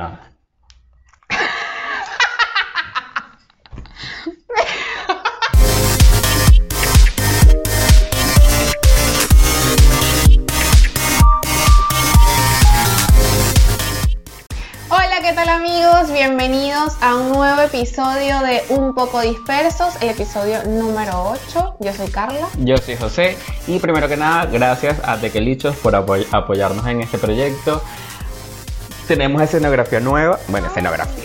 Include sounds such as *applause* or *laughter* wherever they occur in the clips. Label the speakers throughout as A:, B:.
A: nada.
B: Hola, ¿qué tal amigos? Bienvenidos a un nuevo episodio de Un poco dispersos, el episodio número 8. Yo soy Carla.
A: Yo soy José y primero que nada, gracias a Tequelichos por apoy- apoyarnos en este proyecto. Tenemos escenografía nueva, bueno, escenografía.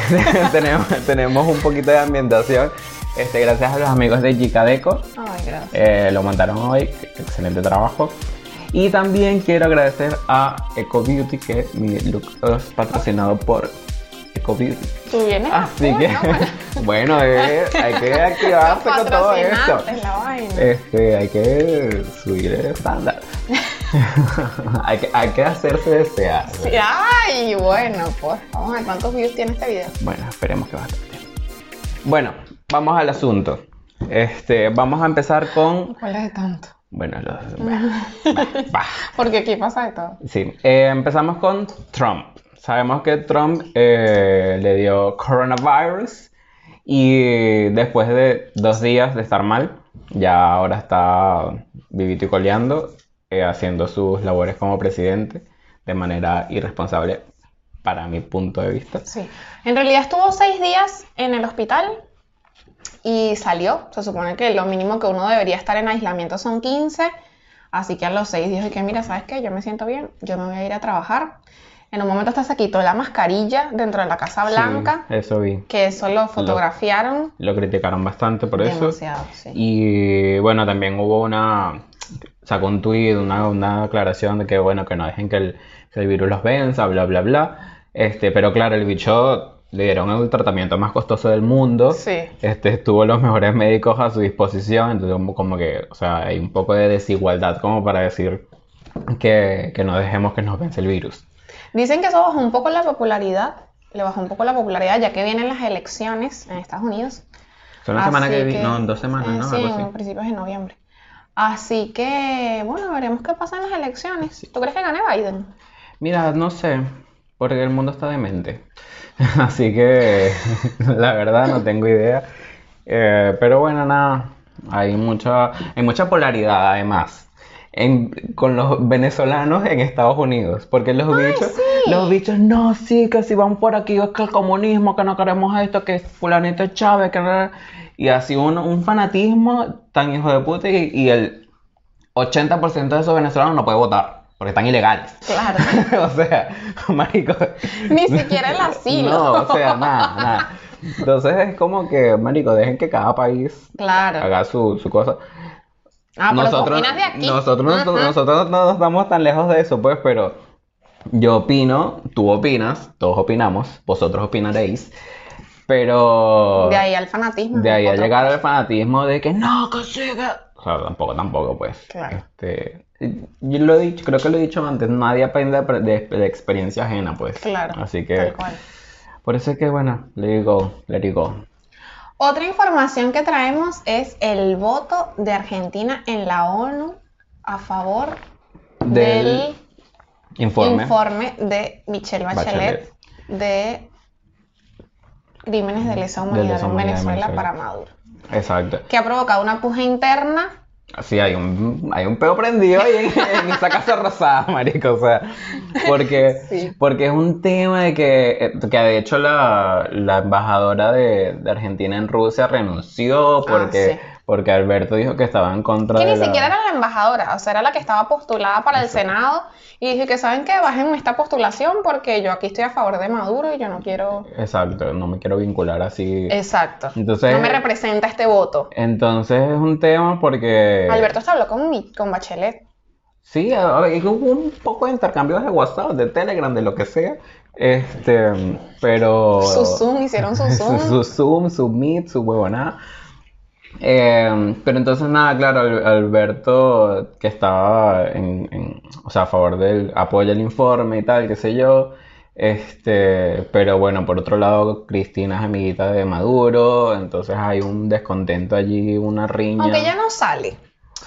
A: *laughs* tenemos, tenemos un poquito de ambientación. Este, gracias a los amigos de Chicadeco,
B: Ay, gracias.
A: eh, lo montaron hoy, excelente trabajo. Y también quiero agradecer a Eco Beauty, que mi look es patrocinado por Eco Beauty.
B: Tú vienes.
A: Así
B: full,
A: que,
B: ¿no? Bueno,
A: *laughs* bueno, eh, hay
B: *laughs*
A: que activarse
B: los
A: con todo esto.
B: patrocinantes, la vaina.
A: Este, hay que subir el
B: *laughs*
A: estándar. hay, que, hay que hacerse desear.
B: Sí, Ay, bueno, pues vamos a ver cuántos views tiene este video.
A: Bueno, esperemos que bastante. Bueno, vamos al asunto. Este, vamos a empezar con.
B: ¿Cuál es de tanto?
A: Bueno, los.
B: *laughs*
A: bueno, va, va.
B: Porque aquí pasa de todo.
A: Sí, eh, empezamos con Trump. Sabemos que Trump eh, le dio coronavirus y después de dos días de estar mal, ya ahora está vivito y coleando, eh, haciendo sus labores como presidente de manera irresponsable para mi punto de vista.
B: Sí. En realidad estuvo seis días en el hospital y salió. Se supone que lo mínimo que uno debería estar en aislamiento son 15. Así que a los seis días que mira, ¿sabes qué? Yo me siento bien, yo me voy a ir a trabajar. En un momento hasta se quitó la mascarilla dentro de la Casa
A: Sí,
B: Blanca,
A: eso vi.
B: que eso lo fotografiaron
A: Lo criticaron bastante por eso.
B: demasiado. sí.
A: Y bueno, también hubo una, sacó un tuit, una, una declaración de que bueno, que no dejen que el, que el virus los venza, bla, bla, bla. Este, pero claro, el bicho le dieron el tratamiento más costoso del mundo.
B: Sí.
A: Este, estuvo los mejores médicos a su disposición, entonces como, como que, o sea, hay un poco de desigualdad como para decir que, que no dejemos que nos vence el virus.
B: Dicen que eso bajó un poco la popularidad, le bajó un poco la popularidad ya que vienen las elecciones en Estados Unidos.
A: Son la semana
B: Así
A: que vi- no, en dos semanas,
B: Ah, eh,
A: ¿no?
B: sí,
A: Algo así.
B: en principios de noviembre. Así que, bueno, veremos qué pasa en las elecciones. ¿Tú crees que gane
A: *laughs*
B: Biden?
A: Mira, no sé, porque el mundo está demente. *laughs* Así que *laughs* la verdad no tengo idea. Eh, pero bueno, nada, hay mucha, hay mucha polaridad además en- con los venezolanos en Estados Unidos. Porque los bichos, los bichos, no, sí, que si van por aquí, es que el comunismo, que no queremos esto, que fulanito es Chávez, que... no- Y así un, un fanatismo tan hijo de puta y, y el 80% de esos venezolanos no puede votar, porque están ilegales.
B: Claro.
A: *laughs*
B: *laughs*
A: o sea, marico.
B: Ni siquiera el asilo.
A: No, o sea, nada, nada. Entonces es como que, marico, dejen que cada país
B: *laughs* Claro.
A: haga su, su cosa.
B: Ah, pero tú
A: nosotros,
B: opinas de aquí.
A: nosotros, no-
B: Ajá.
A: nosotros no estamos tan lejos de eso, pues, pero yo opino, tú opinas, todos opinamos, vosotros opinaréis, pero
B: De ahí al fanatismo.
A: de ahí a
B: Otro-
A: llegar al fanatismo de que no consiga. O sea, tampoco, tampoco, pues.
B: Claro.
A: Este, yo lo he dicho, creo que lo he dicho antes, nadie aprende de, de- de experiencia ajena, pues.
B: Claro.
A: Así que,
B: Tal cual.
A: por eso es que, bueno, le digo, le digo.
B: Otra información que traemos es el voto de Argentina en la ONU a favor
A: Del
B: del,
A: Informe.
B: informe de Michelle Bachelet,
A: Bachelet.
B: de crímenes de lesa humanidad,
A: lesa
B: en
A: humanidad en
B: Venezuela
A: Venezuela.
B: para Maduro,
A: Exacto.
B: que ha provocado una puja interna.
A: Sí, hay un, hay un peo prendido ahí en, en esa casa rosada, *laughs* marico, o sea, porque,
B: Sí.
A: porque es un tema de que, eh, que de hecho la, la embajadora de, de Argentina en Rusia renunció porque,
B: Ah, sí.
A: porque Alberto dijo que estaba en contra
B: Que
A: de
B: ni
A: la-
B: siquiera era la embajadora, o sea, era la que estaba postulada para el Senado. Y dije que, ¿saben qué? Bajen esta postulación porque yo aquí estoy a favor de Maduro y yo no quiero...
A: Exacto, no me quiero vincular así.
B: Exacto.
A: Entonces-
B: no me representa este voto.
A: Entonces es un tema porque...
B: Alberto se habló con, mi- con Bachelet.
A: Sí, a- a- y hubo un poco de intercambios de WhatsApp, de Telegram, de lo que sea, este, pero...
B: Su Zoom, hicieron su
A: *laughs* su,
B: Zoom.
A: Oh. su Zoom, su Meet, su huevonada. Eh, pero entonces nada, claro, Al- Alberto que estaba en, en- o sea, a favor del apoyo al informe y tal, qué sé yo. Este, pero bueno, por otro lado, Cristina es amiguita de Maduro, entonces hay un descontento allí, una riña.
B: Aunque ella no sale.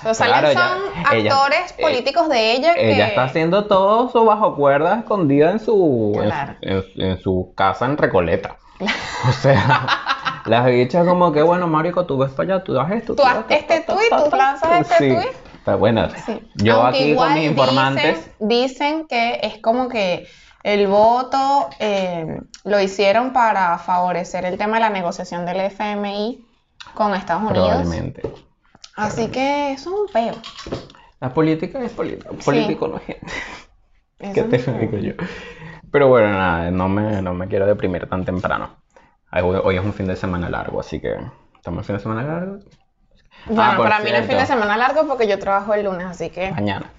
B: Los aliens
A: Claro,
B: son
A: ella-
B: actores
A: ella-
B: políticos de ella que...
A: Ella está haciendo todo su bajo cuerda escondida en su, en-
B: Claro.
A: en, en su casa en Recoleta. O sea, *laughs* las bichas como que, bueno, marico, tú ves para allá, tú das esto,
B: Tú haz
A: das ta,
B: este
A: ta, ta,
B: tuit,
A: ta,
B: tú
A: ta,
B: lanzas
A: ta.
B: este
A: Sí,
B: tuit.
A: está bueno.
B: Sí.
A: Yo
B: Aunque
A: aquí
B: igual
A: con mis informantes,
B: Dicen, dicen que es como que el voto eh, lo hicieron para favorecer el tema de la negociación del FMI con Estados Unidos.
A: probablemente.
B: Así que eso es un peo.
A: La política es política, político no es gente.
B: Eso
A: ¿Qué
B: es un
A: te
B: peo.
A: digo yo? Pero bueno, nada, no me, no me quiero deprimir tan temprano. Ay, Hoy, hoy es un fin de semana largo, así que estamos en fin de semana largo
B: Bueno,
A: Ah, por
B: para mí no es fin de
A: cierto.
B: semana largo porque yo trabajo el lunes, así que
A: mañana.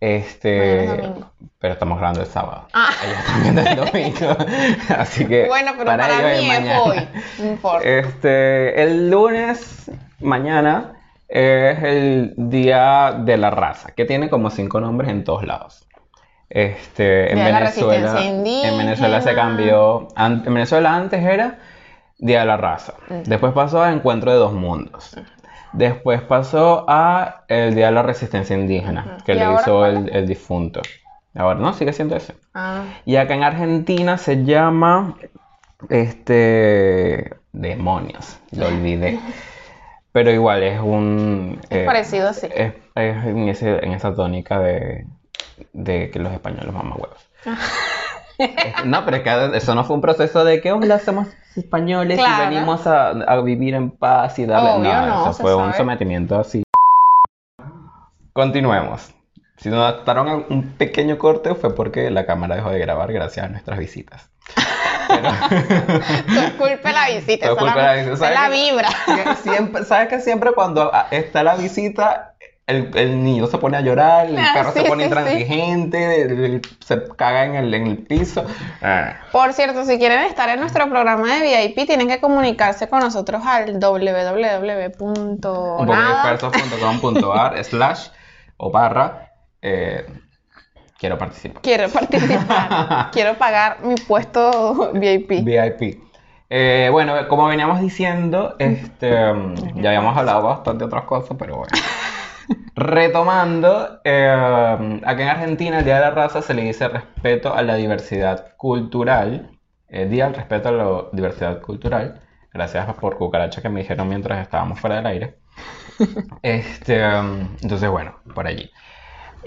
A: Este,
B: Mañana es domingo.
A: pero estamos grabando el sábado.
B: *laughs*
A: *laughs*
B: Ah.
A: Ellos están viendo el domingo, *laughs* así que
B: bueno, pero
A: eh, para ellos
B: para,
A: es
B: mí es
A: mañana. *laughs*
B: hoy. No importa.
A: Este, el lunes, mañana, es el Día de la Raza, que tiene como cinco nombres en todos lados. Este, en
B: Día de la
A: Venezuela,
B: Resistencia
A: en Venezuela se
B: Indígena.
A: cambió. an- en Venezuela antes era Día de la Raza.
B: Mm.
A: Después pasó a Encuentro de dos Mundos. Después pasó a el Día de la Resistencia Indígena,
B: Ujú.
A: que
B: ¿Y
A: le
B: ahora
A: hizo
B: cuál
A: el, el difunto. Ahora, no, sigue siendo ese.
B: Ah,
A: Y acá en Argentina se llama, este, demonios, lo olvidé. Pero igual es un...
B: es
A: eh,
B: parecido así. *laughs*
A: es, es en, ese- en esa tónica de, de que los españoles maman huevos.
B: Ah.
A: Es- No, pero es que eso no fue un proceso de que, hola, somos españoles
B: Claro.
A: y venimos a, a vivir en paz y darle...
B: Obvio, no,
A: eso
B: se
A: fue un
B: sabe.
A: sometimiento así. Continuemos. Si nos adaptaron un pequeño corte fue porque la cámara dejó de grabar gracias a nuestras visitas.
B: Disculpe la visita,
A: Fue culpa
B: esa es la-
A: de la visita,
B: esa es
A: ¿sabes
B: la
A: qué? *laughs*
B: vibra.
A: Que siempre, ¿sabes que siempre cuando ah, está la visita, el, el niño se pone a llorar, el
B: Ah,
A: perro se
B: sí,
A: pone
B: sí, sí.
A: intransigente, el- el- se caga en el, en el piso? Ah,
B: Por cierto, si quieren estar en nuestro programa de VIP, tienen que comunicarse con nosotros al
A: un poco
B: www.nada.
A: dispersos.com.ar slash o barra eh, quiero
B: *laughs*
A: participar.
B: Quiero
A: *laughs*
B: participar, quiero pagar mi puesto VIP.
A: VIP. Eh, bueno, como veníamos diciendo, este, ya habíamos hablado bastante de otras cosas, pero bueno. Retomando, eh, acá en Argentina el Día de la Raza se le dice respeto a la diversidad cultural. El Día del Respeto a la Diversidad Cultural. Gracias por cucaracha que me dijeron mientras estábamos fuera del aire. Este, entonces, bueno, por allí.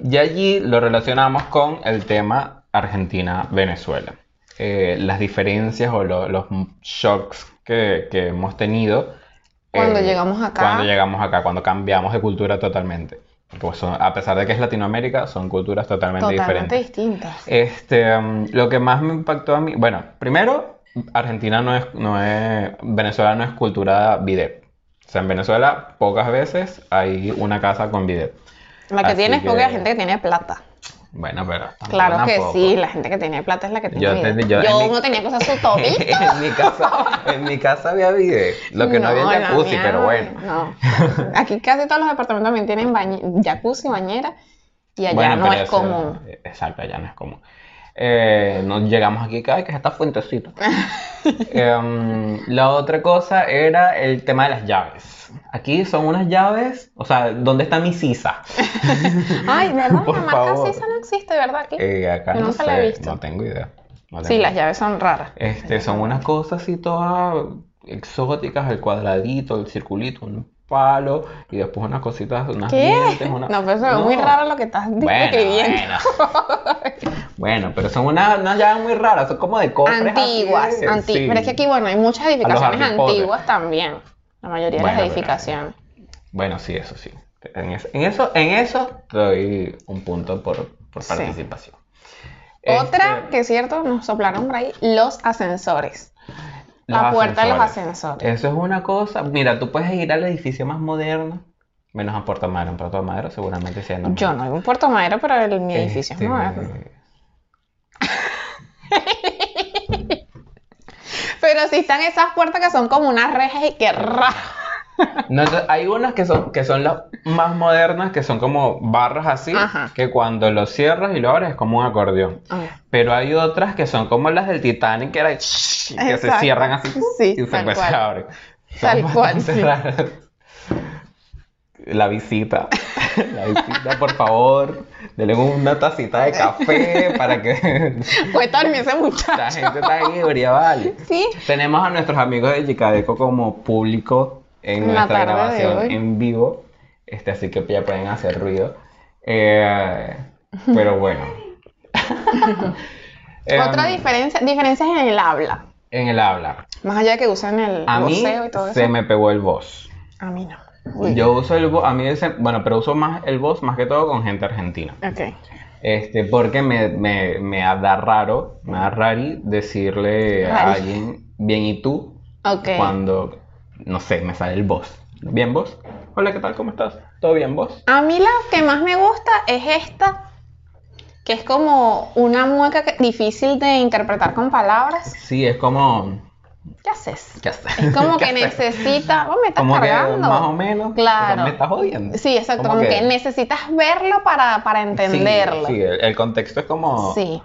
A: Y allí lo relacionamos con el tema Argentina-Venezuela. Eh, las diferencias o lo- los shocks que, que hemos tenido. eh,
B: Cuando llegamos acá.
A: Cuando llegamos acá, cuando cambiamos de cultura totalmente. Porque pues son- a pesar de que es Latinoamérica, son culturas totalmente
B: Totalmente
A: diferentes.
B: distintas.
A: Este, mm, lo que más me impactó a mí, bueno, primero, Argentina no es, no es, Venezuela no es cultura bidet. O sea, en Venezuela pocas veces hay una casa con bidet.
B: La que
A: así
B: tiene es porque
A: que-
B: la gente que tiene plata.
A: Bueno, pero tampoco
B: Claro que
A: tampoco.
B: sí, la gente que tiene plata es la que tiene
A: Yo
B: vida.
A: te- yo- en
B: Yo
A: mi-
B: no tenía cosas su tobito.
A: *laughs* en mi casa, en mi casa había bidet. *laughs* Lo que no, había
B: la
A: había jacuzzi,
B: mía
A: pero
B: no,
A: bueno.
B: no. Aquí casi todos los departamentos también tienen bañe- jacuzzi, bañera, y allá
A: Bueno,
B: no
A: pero
B: es
A: eso- *laughs*
B: común.
A: Exacto, allá no es común. Eh, no llegamos aquí, ay, que es esta
B: *laughs*
A: fuentecita. Em, la otra cosa era el tema de las llaves. Aquí son unas llaves, o sea, ¿dónde está mi
B: *laughs*
A: sisa?
B: Ay, ¿verdad?
A: Por
B: la marca
A: favor.
B: Sisa no existe, ¿verdad? Aquí.
A: Eh, acá no
B: Nunca la he
A: sé,
B: visto.
A: no tengo idea. no
B: sí,
A: tengo
B: las llaves son raras.
A: Este, son unas cosas así todas exóticas, el cuadradito, el circulito, un palo y después unas cositas, unas
B: ¿Qué?
A: dientes, este una-
B: No, pero eso es muy
A: No.
B: raro lo que estás
A: Bueno,
B: describiendo.
A: bueno. *laughs* Bueno, pero son una- unas llaves muy raras, son como de cofres así
B: antiguas,
A: de-
B: anti-
A: sí.
B: Pero es que aquí, bueno, hay muchas
A: Harry
B: edificaciones
A: Potter.
B: antiguas también. La mayoría de
A: Bueno,
B: las
A: pero-
B: edificaciones.
A: Bueno, sí, eso sí. En eso, en eso, en eso te doy un punto por, por
B: Sí.
A: participación.
B: Otra,
A: Este,
B: que es cierto, nos soplaron por ahí, los ascensores. la
A: los
B: puerta de los ascensores.
A: Eso es una cosa. Mira, tú puedes ir al edificio más moderno, menos a Puerto Madero. En Puerto Madero seguramente sea normal.
B: Yo no vivo en Puerto Madero, pero el, mi edificio
A: Este,
B: es moderno. Pero sí están esas puertas que son como unas rejas y que ra.
A: no, entonces, hay unas que son, que son las más modernas, que son como barras así,
B: Ajá.
A: que cuando lo cierras y lo abres es como un acordeón.
B: *laughs* Ah,
A: Pero hay otras que son como las del Titanic, que, era, que se
B: Exacto.
A: cierran así
B: Sí,
A: y se,
B: tal
A: pues, se
B: cual.
A: abren. Son
B: Tal cual,
A: bastante
B: sí.
A: raras. la visita, *laughs* la visita, por favor, denle una tacita de café para que *laughs*
B: Pues dormir ese
A: la
B: muchacho.
A: gente está ebria, vale.
B: Sí,
A: Tenemos a nuestros amigos de Chicadeco como público en
B: La
A: nuestra
B: tarde de
A: grabación
B: hoy.
A: en vivo, este, así que ya pueden hacer ruido. Eh, pero
B: *laughs*
A: bueno. Em,
B: otra diferencia, diferencias en el habla.
A: en el habla.
B: Más allá de que usan el
A: A mí
B: voceo y todo eso.
A: se me pegó el voz.
B: A mí no. Uy,
A: Yo uso el voz, a mí se- bueno, pero uso más el voz más que todo con gente argentina.
B: Ok.
A: Este, porque me, me, me da raro, me da rari decirle a
B: Rari.
A: alguien, bien y tú,
B: Ok.
A: cuando, no sé, me sale el voz. ¿Bien vos? Hola, ¿qué tal? ¿Cómo estás? ¿Todo bien vos?
B: A mí la que más me gusta es esta, que es como una mueca que- difícil de interpretar con palabras.
A: Sí, es como,
B: ¿Qué haces?
A: ¿qué haces?
B: Es
A: *laughs*
B: como
A: ¿Qué
B: que
A: haces?
B: necesita. Vos me estás
A: Como que
B: cargando.
A: más o menos, o sea,
B: Claro.
A: me estás jodiendo.
B: Sí, exacto.
A: Como
B: Como, que...
A: que-
B: necesitas verlo para, para
A: Sí,
B: entenderlo.
A: Sí, el, el contexto es como,
B: Sí.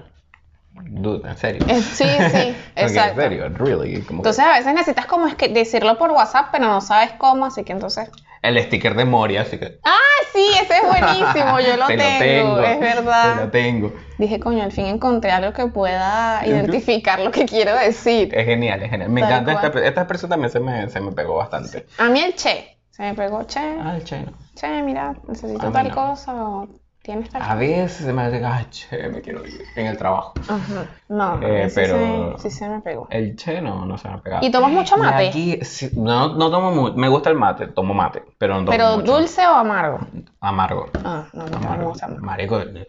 A: dude, en serio.
B: Eh, Sí,
A: *laughs*
B: sí,
A: Como que,
B: exacto.
A: en serio, really. como que-
B: Entonces a veces necesitas como es que decirlo por WhatsApp, pero no sabes cómo, así que entonces.
A: el sticker de Moria, así que.
B: ¡Ah, sí! Ese es
A: *laughs*
B: buenísimo, yo lo,
A: Te
B: tengo, es verdad.
A: Te lo tengo.
B: Dije, coño, al fin encontré algo que pueda
A: Ujú.
B: identificar lo que quiero decir.
A: Es genial, es genial. Me
B: Tal
A: encanta esta,
B: cual.
A: esta expresión también se me, se me pegó bastante.
B: A mí el che. Se me pegó, che,
A: Ah, el chino.
B: che, mira, necesito
A: a mí
B: tal
A: no.
B: cosa o tienes tal
A: A veces se me hace, ah, che, me quiero ir en el trabajo.
B: Ajá. No, a
A: Eh,
B: mí sí
A: pero-
B: se- sí se me pegó.
A: El che no, no se me ha pegado.
B: ¿Y tomas mucho
A: Y
B: mate?
A: aquí, sí, no, no tomo mucho. Me gusta el mate, tomo mate, pero no tomo
B: ¿Pero
A: mucho.
B: dulce o amargo?
A: Amargo.
B: Ah, no, no, no, no,
A: Amargo.
B: o sea, no.
A: Marico, eh,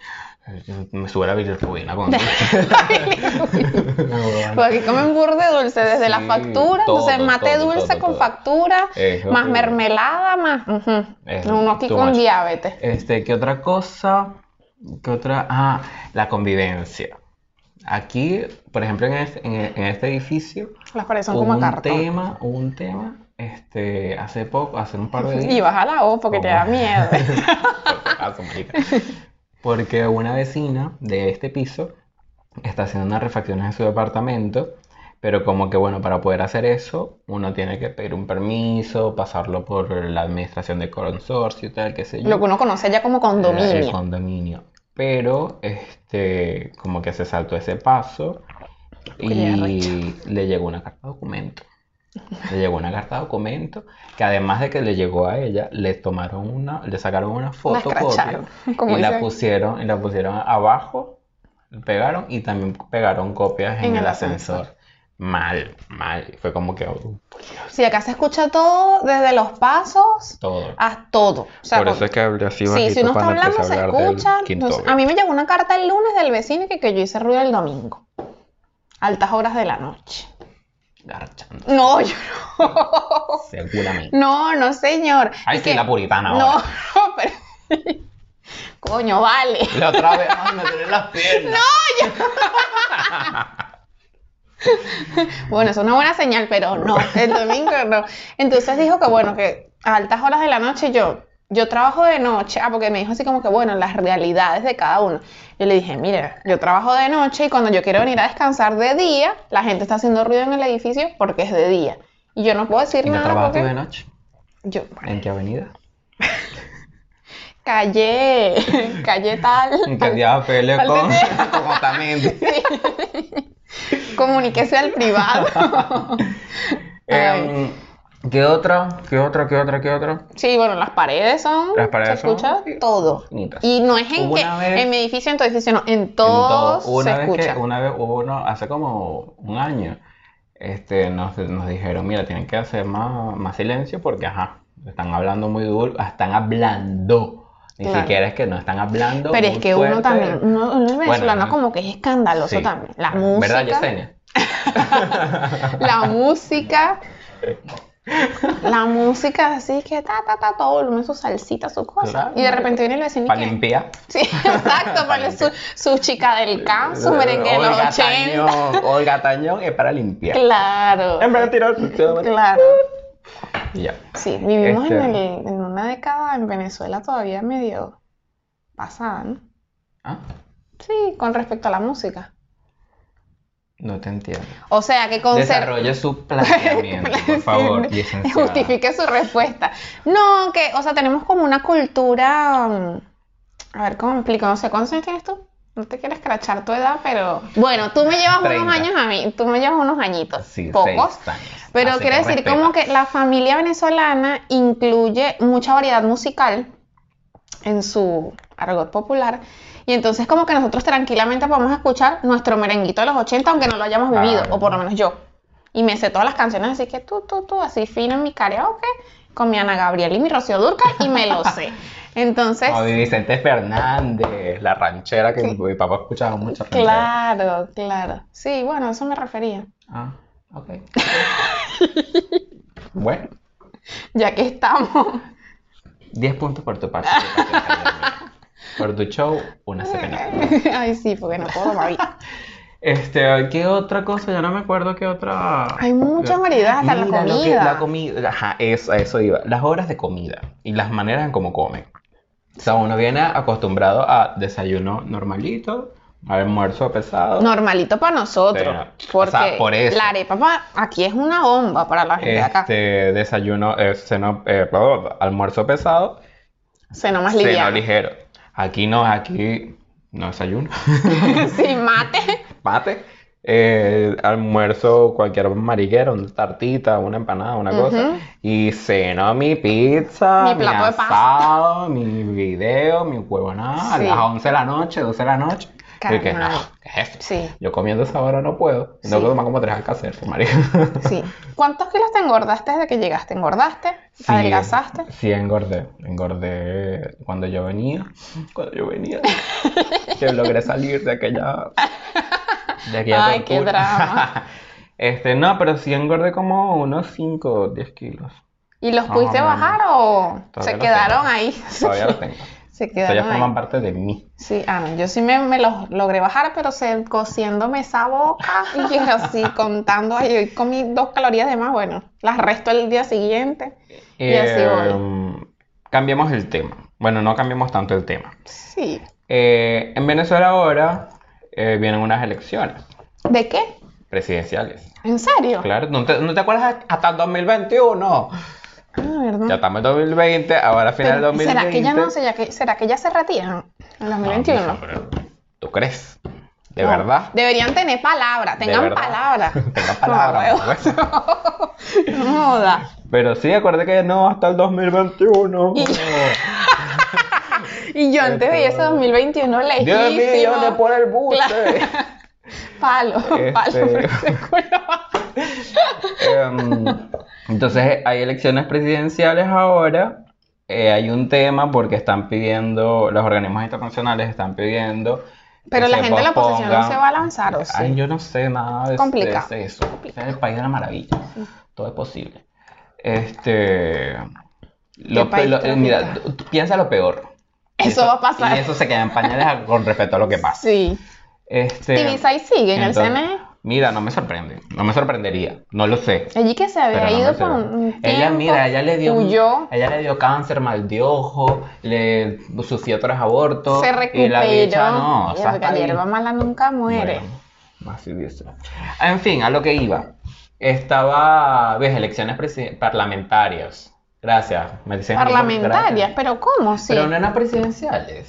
A: eh, me sube la bilirrubina
B: *laughs*
A: con
B: Porque aquí comen burde dulce desde la
A: Sí,
B: factura, entonces
A: todo,
B: mate
A: todo,
B: dulce
A: todo,
B: con
A: todo.
B: factura,
A: Es
B: más
A: horrible.
B: mermelada, más... ujú.
A: Es
B: Uno aquí
A: too
B: con
A: much.
B: diabetes.
A: *laughs* Este, ¿qué otra cosa? ¿Qué otra? Ah, la convivencia. Aquí, por ejemplo, en este, en, en este edificio,
B: Las paredes son
A: hubo
B: como
A: un
B: cartón.
A: tema, hubo un tema, este, hace poco, hace un par de días.
B: *laughs* Y baja la voz porque te da
A: Como-
B: miedo.
A: Ah, su marica. Porque una vecina de este piso está haciendo unas refacciones en su departamento, pero como que bueno, para poder hacer eso, uno tiene que pedir un permiso, pasarlo por la administración de consorcio y tal, qué sé yo.
B: Lo que uno conoce ya como
A: Era El
B: condominio.
A: condominio. Pero, este, como que se saltó ese paso
B: Qué
A: y le llegó una carta de documento. Le llegó una carta de documento que además de que le llegó a ella, le tomaron una, le sacaron una fotocopia
B: escracharon, como
A: y la
B: dicen.
A: pusieron, y la pusieron abajo, pegaron y también pegaron copias en,
B: En
A: el,
B: el
A: ascensor.
B: ascensor.
A: Mal, mal. Fue como que uh,
B: Si acá se escucha todo, desde los pasos
A: todo.
B: a todo. Ah, O sea,
A: Por
B: con-
A: eso es que hablé así
B: sí, si
A: bajito
B: uno está
A: cuando empecé
B: hablando,
A: a
B: se
A: hablar del
B: escucha.
A: quinto
B: Entonces,
A: B.
B: a mí me llegó una carta el lunes del vecino que, que yo hice ruido el domingo. Altas horas de la noche.
A: Garchando,
B: No, *laughs* yo no.
A: seguramente.
B: No, no, señor.
A: Ay,
B: Es
A: sí,
B: que-
A: la puritana
B: No,
A: ahora.
B: no, *laughs* pero. Coño, vale.
A: La otra vez, ay, me duelen las piernas.
B: Bueno, es una buena señal, pero no, el domingo no. Entonces dijo que bueno, que a altas horas de la noche yo, yo trabajo de noche, ah, porque me dijo así como que bueno, las realidades de cada uno. Yo le dije, mira, yo trabajo de noche y cuando yo quiero venir a descansar de día, la gente está haciendo ruido en el edificio porque es de día. Y yo no puedo decir
A: ¿Y no
B: nada
A: trabajas tú
B: porque
A: de noche?
B: yo, bueno,
A: ¿En qué avenida?
B: callé, *laughs*
A: *laughs*
B: callé tal.
A: En qué día peleo
B: al
A: con,
B: TT.
A: *laughs* con
B: *laughs*
A: Otamendi.
B: Comuníquese al privado.
A: Em, ¿Qué otra? ¿Qué otra? ¿Qué otra? ¿Qué otra?
B: Sí, bueno, las paredes son.
A: Las paredes
B: se
A: son
B: escucha todo.
A: infinitas.
B: Y no es en
A: Hubo
B: que
A: una vez-
B: en mi edificio, en tu edificio, no, en
A: En
B: todos
A: todo. Hubo
B: se
A: una vez que-
B: escucha.
A: una vez hubo uno, hace como un año, este, nos, nos dijeron, mira, tienen que hacer más, más silencio porque, ajá, están hablando muy duro, ah, están hablando. Ni
B: Claro.
A: siquiera es que no están hablando
B: Pero es
A: muy
B: que uno
A: fuerte.
B: también, uno, uno es venezolano
A: ¿no?
B: como que es escandaloso
A: Sí.
B: también. La música,
A: ¿Verdad, Yesenia?
B: la
A: *laughs*
B: música, la música así que ta, ta, ta, todo volumen, su salsita, su cosa.
A: Claro.
B: Y de repente viene el vecino y
A: Para
B: que...
A: limpiar.
B: *laughs*
A: *laughs*
B: Sí, exacto, para su, su chica del can, su merengue de los
A: Olga
B: 80.
A: Tañón, Olga Tañón es para limpiar.
B: Claro,
A: En vez de tirar el
B: claro.
A: Ya.
B: Sí, vivimos en,
A: Este-
B: el- en una década en Venezuela todavía medio pasada, ¿no?
A: Ah,
B: Sí, con respecto a la música.
A: No te entiendo.
B: O sea, que *laughs* conserva.
A: Desarrolle su
B: *laughs*
A: planteamiento, por favor, licenciada.
B: Justifique su respuesta. No, que, o sea, tenemos como una cultura. mm, A ver, ¿cómo me explico? No sé, ¿cuántos años tienes tú? No te quiero escrachar tu edad, pero. Bueno, tú me llevas
A: Treinta.
B: unos años a mí, tú me llevas unos añitos.
A: Sí,
B: pocos.
A: seis años.
B: Pero
A: Así este
B: quiero
A: que
B: decir,
A: respeta.
B: como que la familia venezolana incluye mucha variedad musical en su argot popular. Y entonces, como que nosotros tranquilamente podemos escuchar nuestro merenguito de los 80, aunque no lo hayamos vivido,
A: Claro.
B: o por lo menos yo. Y me sé todas las canciones, así que tú, tú, tú, así fino en mi karaoke, con mi Ana Gabriel y mi Rocío Durca, y me
A: *laughs*
B: lo sé. Entonces,
A: O de Vicente Fernández, la ranchera que mi papá escuchaba mucho. ranchera.
B: claro, claro. Sí, bueno, a eso me refería.
A: Ah, ok. *laughs* bueno,
B: Ya que estamos.
A: 10 puntos por tu
B: *laughs*
A: parte. por tu show, una serenata.
B: *laughs* Ay, sí, porque no puedo tomar bien.
A: Este, ¿qué otra cosa? Ya no me acuerdo qué otra.
B: Hay mucha variedad, hasta la
A: Mira, lo que-
B: comida.
A: la comida, ajá, eso, a eso iba. Las horas de comida y las maneras en cómo comen. O sea, uno viene acostumbrado a desayuno normalito, almuerzo pesado.
B: Normalito para nosotros.
A: Sí, no.
B: Porque
A: O sea, por eso.
B: la arepa pa- aquí es una bomba para la gente de acá.
A: Este, desayuno, eh, seno- eh, bla, bla, bla, almuerzo pesado,
B: Seno más
A: seno
B: liviano.
A: ligero. Aquí no, aquí no desayuno. *laughs*
B: *laughs* Sin mate.
A: Mate. eh, almuerzo, cualquier mariguero, una tartita, una empanada, una cosa.
B: Ujú.
A: Y ceno mi pizza,
B: Mi
A: mi
B: plato de pasta.
A: asado, mi video, mi huevonada, a
B: Sí.
A: las 11 de la noche, 12 de la noche. Y que,
B: Carnal.
A: no, ¿qué es esto?
B: Sí,
A: Yo comiendo esa hora no puedo.
B: Sí.
A: Tengo que tomar como tres alcacerces, marico.
B: sí. ¿Cuántos kilos te engordaste desde que llegaste? ¿Engordaste?
A: Sí,
B: ¿Adelgazaste?
A: Sí, engordé. Engordé cuando yo venía. Cuando yo
B: *laughs*
A: venía. que logré salir de aquella. De aquella
B: Ay, qué
A: tortura.
B: drama.
A: *laughs* este, no, pero sí engordé como unos 5 o 10 kilos.
B: ¿Y los
A: Más o
B: pudiste
A: menos.
B: bajar o
A: Todavía
B: se
A: los
B: quedaron
A: tengo.
B: ahí? *laughs*
A: Todavía los tengo. O
B: Se
A: sea, ya
B: quedaron
A: forman
B: ahí.
A: parte de mí.
B: Sí, ah, no, yo sí me, me los logré bajar, pero se, cociéndome esa boca y yo así *laughs* contando, ay, hoy comí dos calorías de más, bueno, las resto el día siguiente. Y así
A: Em, cambiemos el tema. Bueno, no cambiemos tanto el tema.
B: Sí.
A: Eh, en Venezuela ahora eh, vienen unas elecciones
B: ¿De qué?
A: presidenciales.
B: ¿En serio?
A: Claro, ¿no te, no te acuerdas hasta el 2021?
B: Ah, ¿verdad?
A: Ya estamos en 2020, ahora final
B: Pero,
A: de
B: ¿Será que ya no?
A: 2020.
B: ¿Será que, será que ya se retiran en
A: No,
B: 2021?
A: no, pero, ¿Tú crees? ¿De
B: No.
A: verdad?
B: Deberían tener palabra,
A: ¿De
B: tengan
A: verdad?
B: palabra.
A: *laughs* Tengan palabra,
B: No,
A: por
B: huevo. No joda.
A: Pero sí, acuérdate que no, hasta el 2021.
B: Y- Y yo antes veía ese 2021
A: Este, Dios mío,
B: lejísimo.
A: millones por el buste.
B: Claro. Palo, *laughs*
A: Este-
B: palo, por ese
A: *laughs*
B: culo.
A: Em, entonces, hay elecciones presidenciales ahora. eh, hay un tema porque están pidiendo, los organismos internacionales están pidiendo. que
B: Pero la
A: se
B: gente de la oposición no
A: posponga.
B: se va a lanzar, ¿o sí?
A: Ay, yo no sé nada de,
B: Complicado.
A: de eso. Es el país de la maravilla. Todo es posible. Este. Lo,
B: país
A: pe- lo- eh,
B: tropical.
A: mira, tú- tú piensa lo peor. Y
B: Eso va a pasar.
A: Y eso se queda en pañales a- con respecto a lo que pasa.
B: Sí.
A: Este,
B: Tibisay sigue en el E.
A: entonces,
B: CNE.
A: Mira, no me sorprende. No me sorprendería. No lo sé.
B: Allí que se había
A: Pero no me
B: ido por
A: sorprende.
B: un
A: Ella,
B: tiempo,
A: mira, ella le dio,
B: huyó.
A: ella le dio cáncer, mal de ojo, le sufrió tres abortos.
B: Se
A: Y la bicha,
B: recuperó.
A: no, o
B: Mierda,
A: sea, está
B: la
A: ahí.
B: hierba mala nunca muere.
A: Bueno, así dice. En fin, a lo que iba. Estaba, ves, elecciones presi- parlamentarias. Gracias. Me dicen
B: Parlamentarias,
A: gracias.
B: pero ¿cómo? Sí.
A: Pero no eran presidenciales.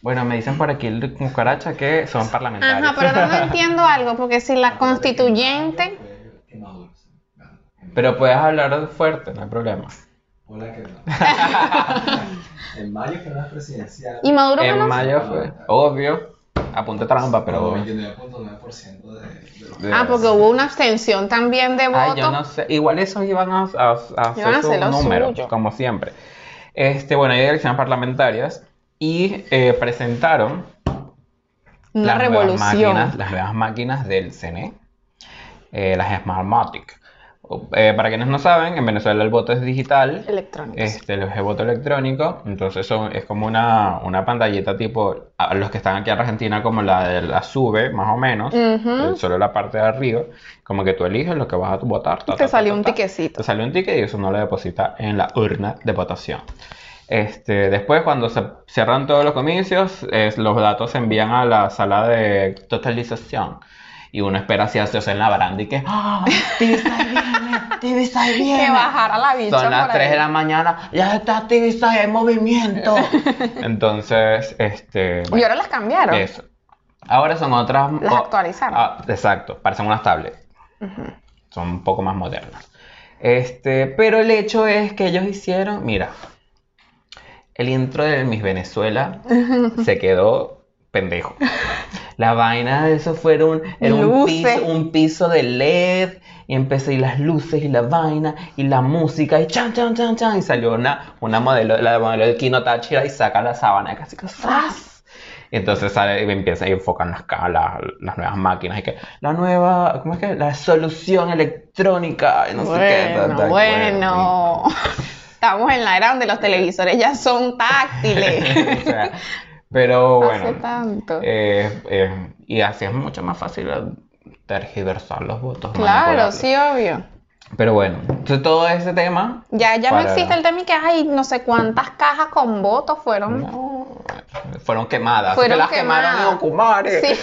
A: Bueno, me dicen por aquí el cucaracha que son parlamentarias.
B: Ajá,
A: *laughs*
B: pero no, no entiendo algo, porque si la constituyente.
A: Pero puedes hablar fuerte, no hay problema.
C: Hola, ¿qué tal? en mayo fue la presidencial.
B: ¿Y Maduro
A: En
B: ganó?
A: mayo fue, obvio, apunte trampa, pero...
C: Con 29.9% de, de los-
B: Ah, porque hubo una abstención también de
A: Ay, yo
B: votos.
A: no sé. Igual esos iban a, a- a
B: Iban a
A: hacer
B: hacer
A: sus
B: lo
A: números,
B: suyo.
A: como siempre. Este, bueno, hay elecciones parlamentarias y eh, presentaron
B: Una
A: las nuevas máquinas,
B: revolución.
A: las nuevas máquinas del CNE, eh, las Smartmatic. Eh, para quienes no saben, en Venezuela el voto es digital.
B: Electrónica.
A: Este, el voto electrónico, entonces son, es como una, una pantallita tipo, a los que están aquí en Argentina, como la de la SUBE, más o menos,
B: Ujú.
A: eh, solo la parte de arriba, como que tú eliges lo que vas a votar. ta, ta,
B: Te
A: ta,
B: salió
A: ta,
B: un
A: ta.
B: tiquecito.
A: Te salió un ticket y eso no lo deposita en la urna de votación. Este, después, cuando se cierran todos los comicios, es- los datos se envían a la sala de totalización. Y uno espera así ansioso en la baranda y que ¡Ah! Tibisay viene! ¡Tibisay viene!
B: Que bajara la bicha
A: Son las
B: por
A: 3
B: ahí.
A: de la mañana, ya está Tibisay en
B: *laughs*
A: movimiento. Entonces, este.
B: Y
A: bueno,
B: ahora las cambiaron.
A: eso. Ahora son otras.
B: Las
A: o-
B: actualizaron.
A: Ah, exacto, parecen unas tablets. Son un poco más modernas. Este, pero el hecho es que ellos hicieron, mira, el intro de Miss Venezuela se quedó pendejo. La vaina de eso fueron era un
B: Luces.
A: piso, un piso de LED y empezó y las luces y la vaina y la música y chan chan chan chan y salió una, una modelo, la modelo de Kino Táchira y saca la sábana casi que ¡zas! Y entonces sale y empieza y enfocan las, ca- la- las nuevas máquinas y que la nueva, ¿cómo es que? La solución electrónica y no sé qué. ta, ta,
B: Bueno, bueno. Estamos en la era donde los televisores ya son táctiles.
A: O sea, pero *laughs* bueno.
B: Hace tanto.
A: eh, eh, y así es mucho más fácil tergiversar los votos.
B: claro,
A: manipularlos.
B: sí, obvio.
A: Pero bueno, entonces todo ese tema.
B: Ya, ya
A: Para-
B: no existe el tema y que hay no sé cuántas cajas con votos fueron.
A: no, fueron quemadas.
B: Fueron
A: que las quemaron
B: quemadas.
A: en Ocumare.
B: Sí.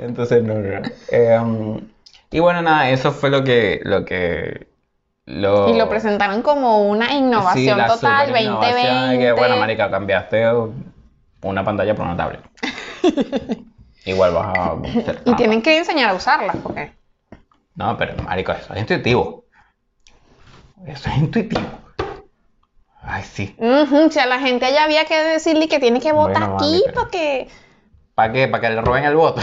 A: Entonces, no, no. Em, y bueno, nada, eso fue lo que. Lo que lo,
B: Y lo presentaron como una innovación
A: Sí, la
B: total,
A: superinnovación, y
B: 2020.
A: que, bueno, marica, cambiaste una pantalla por una
B: *laughs*
A: tablet. Igual vas a... ser
B: y
A: trampa.
B: tienen que enseñar a usarlas, porque
A: No, pero marico, eso es intuitivo. Eso es intuitivo. Ay, sí.
B: Ujú, si a la gente allá había que decirle que tiene que votar
A: Bueno,
B: aquí
A: mamita.
B: porque
A: ¿Para qué? ¿Para que le roben el
B: *laughs*
A: voto?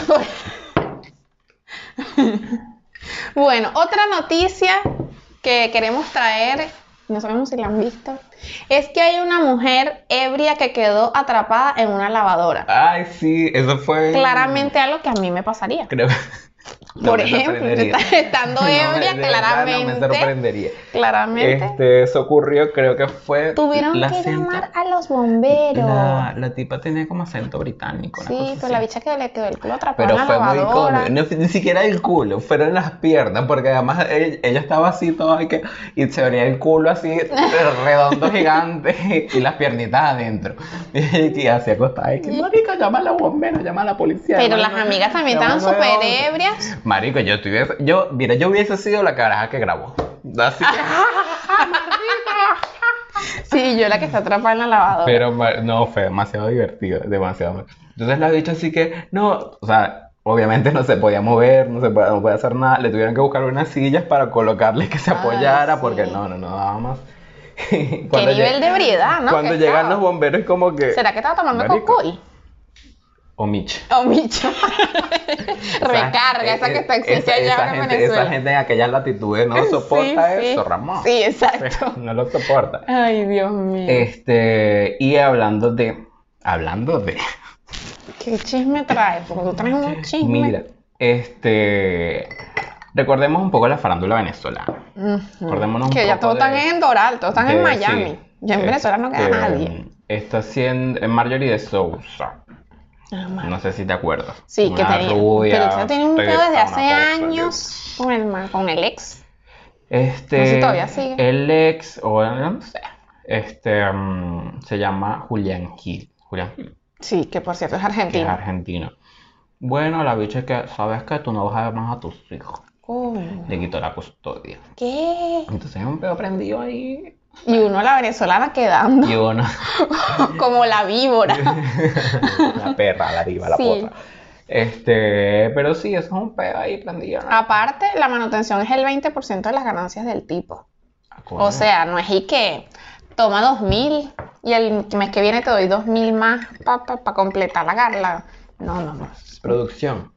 B: Bueno, otra noticia que queremos traer, no sabemos si la han visto, es que hay una mujer ebria que quedó atrapada en una lavadora.
A: Ay, sí, eso fue...
B: Claramente algo que a mí me pasaría.
A: Creo que...
B: Por ejemplo, está-
A: *laughs*
B: estando
A: No, de
B: ebria,
A: verdad,
B: claramente.
A: No me sorprendería.
B: Claramente.
A: Este, eso ocurrió, creo que fue...
B: Tuvieron
A: la
B: que
A: acento-
B: llamar a los bomberos.
A: La, la tipa tenía como acento británico. una
B: sí,
A: cosa
B: pero la
A: así.
B: bicha que le quedó el culo atrapado
A: Pero
B: en la
A: fue muy
B: lavadora.
A: cómico, no fue ni siquiera el culo, fueron las piernas, porque además él- ella estaba así toda y, que, y se veía el culo
B: *laughs*
A: así redondo, gigante, y las piernitas adentro. *laughs* Y, y así acostada, y que, marico, llama a los bomberos, llama a la policía.
B: Pero
A: llama a
B: las
A: la-
B: amigas también
A: llama a
B: estaban
A: la-
B: súper ebrias.
A: Marico, yo estuviese, yo, mira, yo hubiese sido la caraja que grabó. Así
B: Sí, yo la que está atrapada en la lavadora.
A: Pero ma- no, fue demasiado divertido, demasiado. Entonces la bicha así que, no, o sea, obviamente no se podía mover, no se podía, no podía hacer nada, le tuvieron que buscar unas sillas para colocarle que se
B: Ay,
A: apoyara, porque
B: Ah, sí.
A: no, no, no daba más. *laughs*
B: Qué nivel de ebriedad, ¿no?
A: Cuando
B: Que
A: llegan
B: estaba.
A: los bomberos como que...
B: ¿Será que estaba tomando
A: Marico.
B: cocoy?
A: O Mitch.
B: O
A: *laughs*
B: bicho.
A: O sea,
B: Recarga, esa
A: eh,
B: que está
A: eh,
B: existe allá
A: esa
B: ahora en
A: gente,
B: Venezuela.
A: Esa gente en aquellas latitudes no soporta
B: *laughs* Sí, sí.
A: eso, Ramón.
B: Sí, exacto.
A: *laughs* No lo soporta.
B: Ay, Dios mío.
A: Este, y hablando de... Hablando de...
B: ¿Qué chisme traes? Porque tú traes un chisme.
A: Mira, este. Recordemos un poco la farándula venezolana.
B: Ujú.
A: Acordémonos un
B: Que ya
A: poco
B: todos están
A: de-
B: en Doral, todos están en
A: De-
B: Miami.
A: sí,
B: Ya en
A: eh,
B: Venezuela no queda
A: que,
B: nadie.
A: mm, Está haciendo Marjorie de Sousa.
B: Ah,
A: No sé si te acuerdas.
B: Sí,
A: Una
B: que tenía.
A: rubia, pues,
B: pero ella tiene un pedo desde
A: teta,
B: hace
A: una cosa,
B: años con el, ma- con el ex.
A: Este,
B: No sé si todavía sigue.
A: El ex, o no sé, este, mm, se llama Julián Gil. Julián Gil,
B: Sí, que por cierto es
A: que es
B: argentino.
A: argentino. Bueno, la bicha es que, ¿sabes que Tú no vas a ver más a tus hijos.
B: Coño,
A: Le quitó la custodia.
B: ¿Qué?
A: Entonces es un pedo prendido ahí.
B: Y uno la venezolana quedando
A: Y uno... *laughs*
B: *laughs* como la víbora.
A: la perra, la diva, la
B: Sí.
A: potra. Este, pero sí, eso es un pedo ahí prendido, ¿no?
B: Ah, Aparte, la manutención es el 20% de las ganancias del tipo.
A: Coño.
B: O sea, no es y que toma 2000 y el mes que viene te doy 2000 más para completar la garla. No, no, *laughs* no.
A: producción.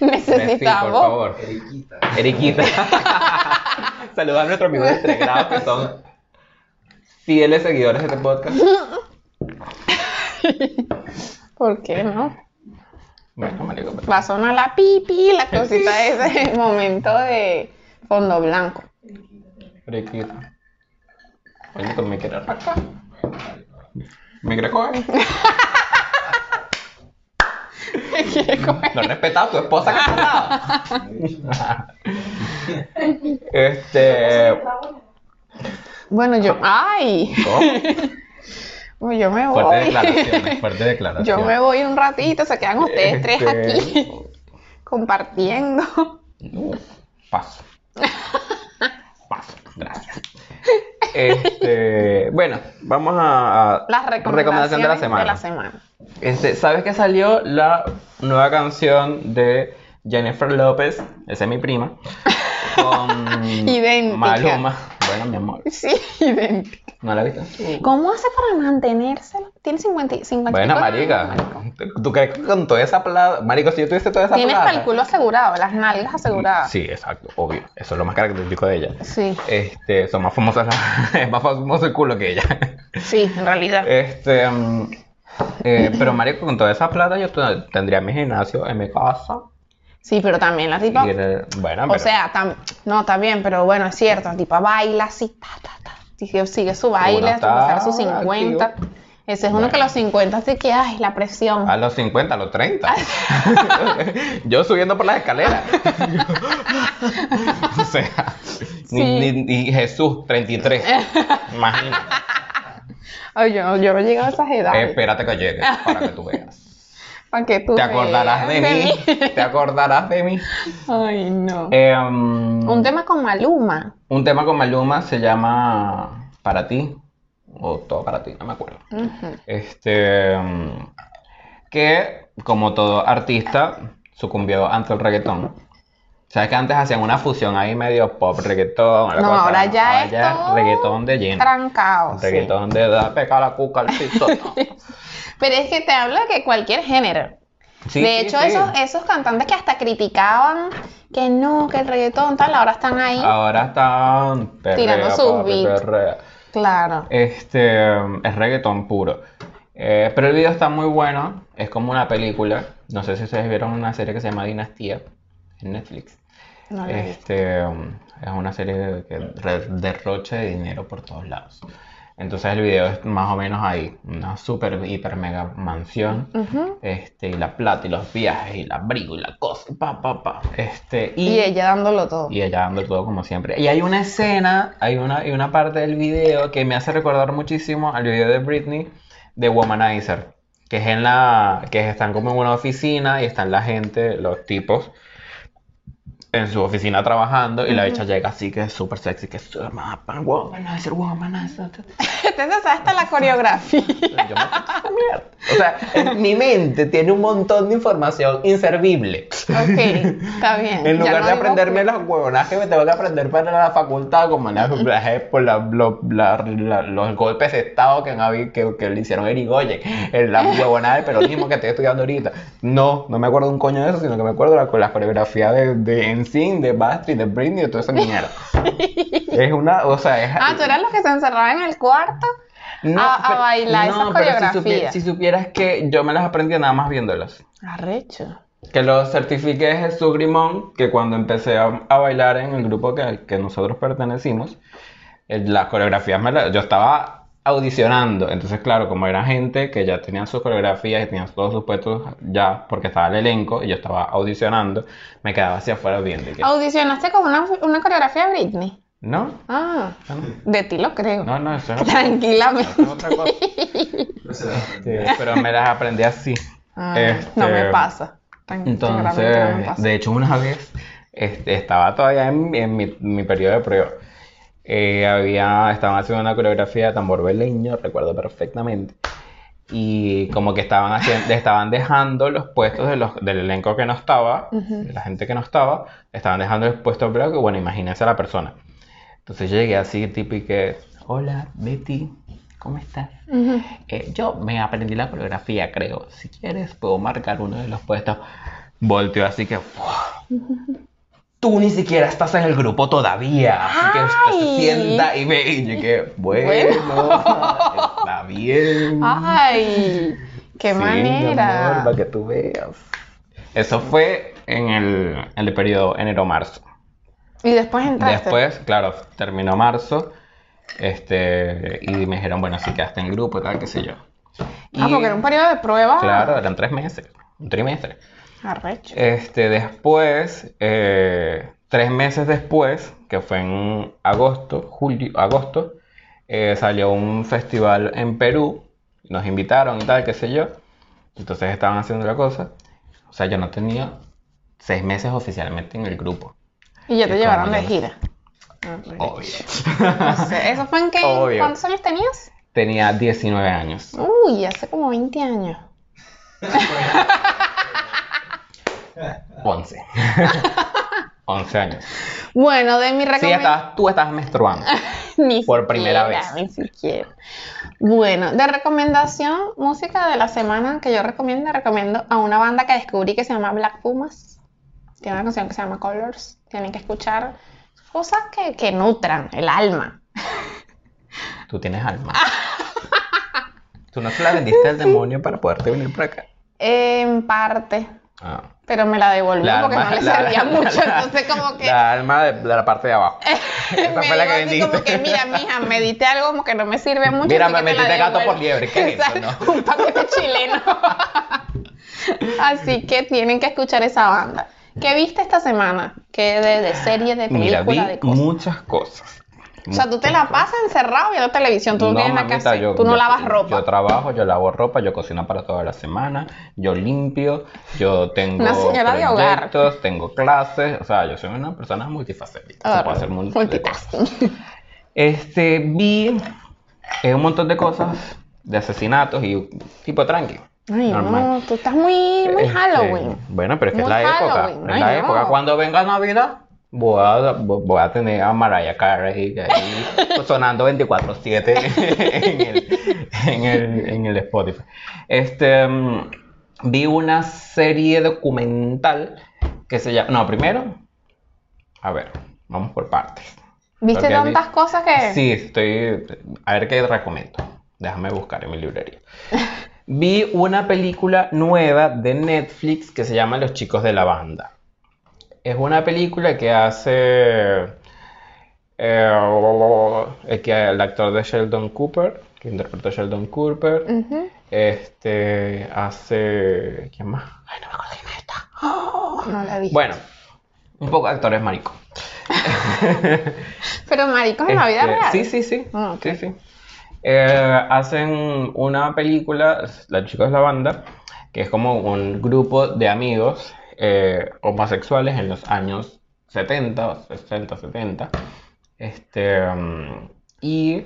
A: Messi, por
B: *laughs* Necesitamos.
A: favor.
C: Periquita.
A: Eriquita. *laughs* Saluda a nuestros amigos de Tres Grados que son fieles seguidores de este podcast.
B: ¿Por qué no?
A: Bueno, marico, pero-
B: Va a sonar la pipi, la cosita de ese momento de fondo blanco.
A: Eriquita. Oye, tú me quieres arrancar. ¿Me quieres
B: *laughs*
A: coger? No respetas a tu esposa casada. *laughs* oh, este.
B: Bueno, yo. ¡Ay!
A: ¿Cómo?
B: Uy, Yo me
A: Fuerte
B: voy.
A: declaraciones, fuerte declaración.
B: Yo me voy un ratito, se quedan ustedes tres
A: Este,
B: aquí compartiendo.
A: Uf, paso. Paso, gracias. Este, bueno, vamos a, a
B: Las recomendaciones
A: recomendación de la semana.
B: semana.
A: Este, ¿sabes que salió la nueva canción de Jennifer López? Esa es mi
B: *laughs*
A: prima. Con
B: Idéntica.
A: Maluma. Bueno, mi amor,
B: Sí, idéntico.
A: ¿no la viste?
B: ¿Cómo hace para mantenérselo? Tiene 50, y- 50 y
A: Bueno,
B: pico de
A: marica,
B: años.
A: ¿tú crees que con toda esa plata, marico, si yo tuviese toda esa
B: Tienes
A: plata? Ah,
B: para el culo asegurado, las nalgas aseguradas.
A: Sí, exacto, obvio. Eso es lo más característico de ella.
B: Sí,
A: Este, son más famosas, las- *laughs* es más famoso el culo que ella.
B: sí, en realidad.
A: Este, mm, eh, pero marico, con toda esa plata yo t- tendría mi gimnasio en mi casa.
B: Sí, pero también la tipa.
A: Y era- bueno,
B: O
A: pero-
B: sea, tam- no, está bien, pero bueno, es cierto, la tipa baila así, ta, ta, ta. Sigue, sigue su baile,
A: Uno
B: hasta pasar a sus
A: está
B: 50.
A: activo.
B: Ese es uno que a los 50 te que, ay, la presión.
A: A los 50, a los 30.
B: Ah.
A: *laughs* Yo subiendo por las escaleras. *laughs* o sea, ni,
B: Sí.
A: ni- ni Jesús,
B: *laughs*
A: 33. Imagínate.
B: Ay, yo, yo no he llegado a esas edades.
A: Espérate que llegue para que tú
B: *laughs*
A: veas.
B: para que tú
A: Eh, Te acordarás de
B: veas
A: mí. Te acordarás de mí.
B: *laughs* Ay, no.
A: Eh, um,
B: Un tema con Maluma.
A: un tema con Maluma se llama Para ti. O todo para ti, no me acuerdo.
B: Ujú.
A: Este. mm, Que, como todo artista, sucumbió ante el reggaetón. Sabes que antes hacían una fusión ahí medio pop, reggaetón. una
B: No,
A: cosa,
B: ahora ya es todo
A: reggaetón de lleno.
B: Trancao. sí.
A: Reggaetón de da peca la cuca al
B: *laughs*
A: piso.
B: Pero es que te habla que cualquier género.
A: Sí,
B: de
A: sí,
B: hecho,
A: sí.
B: Esos, esos cantantes que hasta criticaban que no, que el reggaetón tal, ahora están ahí.
A: Ahora están
B: ¿Eh? Tirando
A: perrea,
B: sus
A: papi,
B: beats.
A: perrea.
B: Claro.
A: Este es reggaetón puro. Eh, pero el video está muy bueno. Es como una película. No sé si ustedes vieron una serie que se llama Dinastía en Netflix.
B: No lo he visto.
A: Este um, es una serie de- que re- derroche de dinero por todos lados. Entonces el video es más o menos ahí, una super hiper mega mansión,
B: Ujú.
A: este, y la plata y los viajes y el abrigo y la cosa, y pa pa pa. Este,
B: y...
A: y,
B: ella dándolo todo. *laughs*
A: y ella dando el todo como siempre. Y hay una escena, hay una, hay una parte del video que me hace recordar muchísimo al video de Britney de Womanizer. Que es en la. que están como en una oficina y están la gente, los tipos, en su oficina trabajando. Y la bicha llega así que es súper sexy, que es súper mapa, womanizer, womanizer.
B: Entonces, ¿sabes hasta la *laughs* coreografía?
A: Yo me *laughs* O sea, en mi mente tiene un montón de información inservible.
B: ok, está bien.
A: En
B: Ya
A: lugar
B: no
A: de
B: digo-
A: aprenderme las huevonadas que me tengo que aprender para la facultad, como las, las- por la- lo- la- la- los golpes de estado que, han habido- que, que le hicieron a Irigoyen, en la huevonada del peronismo que estoy estudiando ahorita. No, no me acuerdo un coño de eso, sino que me acuerdo la, la coreografía de, de NSYNC, de Bastry, de Britney, de toda esa
B: *laughs*
A: mierda. es una, o sea, es...
B: Ah, tú eras los que se encerraban en el cuarto.
A: no,
B: a- a bailar esas
A: pero si,
B: coreografías.
A: si supieras que yo me las aprendí nada más viéndolas.
B: Arrecho.
A: Que lo certifique Jesús Grimón, que cuando empecé a, a bailar en el grupo que, al que nosotros pertenecimos, el- las coreografías me la- yo estaba audicionando. Entonces, claro, como era gente que ya tenían sus coreografías y tenían todos sus puestos ya, porque estaba el elenco y yo estaba audicionando, me quedaba hacia afuera viendo. y que,
B: Audicionaste con una, una coreografía de Britney.
A: no,
B: Ah,
A: no, no,
B: de ti lo creo.
A: no, no, eso no, eso
B: Tranquilamente.
A: es otra
B: *laughs*
A: cosa.
C: Pero se las aprendí.
A: Sí, pero me las aprendí así.
B: Ah, No me
A: Este,
B: pasa. Tan- seguramente no me
A: Entonces,
B: pasa.
A: de hecho, una vez este, estaba todavía en, en mi, mi periodo de prueba. Eh, había, estaban haciendo una coreografía de tambor beleño, recuerdo perfectamente. Y como que estaban haciendo, estaban dejando los puestos de los, del elenco que no estaba, de la gente que no estaba, estaban dejando el puesto blanco. y Bueno, imagínense a la persona. Entonces llegué así, tipo, y que, hola, Betty, ¿cómo estás?
B: Ujú.
A: Eh, yo me aprendí la coreografía, creo. Si quieres, puedo marcar uno de los puestos. Volteó así que. ¡fua! Tú ni siquiera estás en el grupo todavía. Así que usted se
B: ¡Ay!
A: sienta y ve. Y yo que, bueno, está bien.
B: Ay, Ah, qué
A: Sí, mi
B: manera.
A: amor, para que tú veas. Eso fue en el, en el periodo enero-marzo.
B: Y después entraste.
A: Después, claro, terminó marzo. Este, y me dijeron, bueno, si quedaste en grupo y tal, qué sé yo.
B: Ah,
A: Y-
B: porque era un periodo de prueba.
A: Claro, eran tres meses, un trimestre.
B: Arrecho.
A: Este, después, eh, tres meses después, que fue en agosto, julio, agosto, eh, salió un festival en Perú, nos invitaron y tal, qué sé yo. Entonces estaban haciendo la cosa. O sea, yo no tenía seis meses oficialmente en el grupo.
B: Y ya te
A: ¿Y
B: llevaron
A: cómo
B: de
A: llamas?
B: gira. Ah, ok.
A: Oh, Obvio.
B: No *laughs* sé, ¿eso fue en qué?
A: Obvio.
B: ¿Cuántos años tenías?
A: Tenía 19 años.
B: Uy, hace como 20 años.
A: 11. *laughs* 11 años.
B: Bueno, de mi
A: Sí,
B: recomendación.
A: estabas, tú estabas menstruando.
B: Ni
A: Por primera
B: siquiera,
A: vez.
B: Ni siquiera. Bueno, de recomendación, música de la semana que yo recomiendo, recomiendo a una banda que descubrí que se llama Black Pumas. Tiene una canción que se llama Colors. Tienen que escuchar cosas que, que nutran el alma.
A: Tú tienes alma. Tú no te la vendiste al demonio para poderte venir para acá.
B: En parte,
A: Ah.
B: pero me la devolvió
A: La
B: porque
A: alma-
B: no le
A: la- la- *laughs*
B: servía mucho,
A: la-
B: entonces como que...
A: La alma de, de la parte de abajo. *laughs* Esa
B: me
A: fue la que
B: dijo así
A: vendiste.
B: como que, mira, mija, me diste algo como que no me sirve mucho.
A: Mira,
B: así que
A: me
B: te la
A: metiste gato por
B: devuelvo.
A: liebre, ¿qué es eso,
B: Exacto, Un paquete chileno. *laughs* así que tienen que escuchar esa banda. ¿Qué viste esta semana? ¿Qué de, de serie, de película,
A: Mira, vi
B: de cosas?
A: muchas cosas.
B: O sea, tú te la pasas encerrado viendo televisión, tú no, tienes nada que
A: mamita,
B: hacer,
A: yo-
B: tú no
A: yo-
B: lavas ropa.
A: Yo trabajo, yo lavo ropa, yo cocino para toda la semana, yo limpio, yo tengo
B: Una señora de hogar.
A: proyectos, tengo clases, o sea, yo soy una persona multifacética, se
B: Ah,
A: puede hacer multiple cosas.
B: multitasking.
A: Este, vi eh, un montón de cosas de asesinatos y tipo tranqui.
B: *laughs* Ay, no, tú estás muy, muy
A: Este,
B: Halloween.
A: bueno, pero es que
B: Muy
A: es la
B: Halloween,
A: época, es la
B: ay, no.
A: época. Cuando venga Navidad, voy a, voy a tener a Mariah Carey
B: *laughs*
A: ahí sonando 24/7 en el, en, el, en el Spotify. Este, mm, vi una serie documental que se llama... No, primero, a ver, vamos por partes.
B: ¿Viste
A: porque a mí-
B: tantas cosas que...?
A: Sí, estoy. A ver qué recomiendo. Déjame buscar en mi librería. Vi una película nueva de Netflix que se llama Los chicos de la banda. Es una película que hace eh, el, que- el actor de Sheldon Cooper, que interpretó a Sheldon Cooper.
B: Ujú.
A: Este hace. ¿Quién más? Ay, no me acuerdo quién está.
B: Oh, No la vi.
A: Bueno, un poco actores maricos.
B: Pero maricón en la vida
A: Este,
B: real.
A: Sí, sí, sí.
B: Ah, ok.
A: Sí, sí. Eh, hacen una película, La Chicos la Banda, que es como un grupo de amigos eh, homosexuales en los años 70, 60, 70. Este, mm, y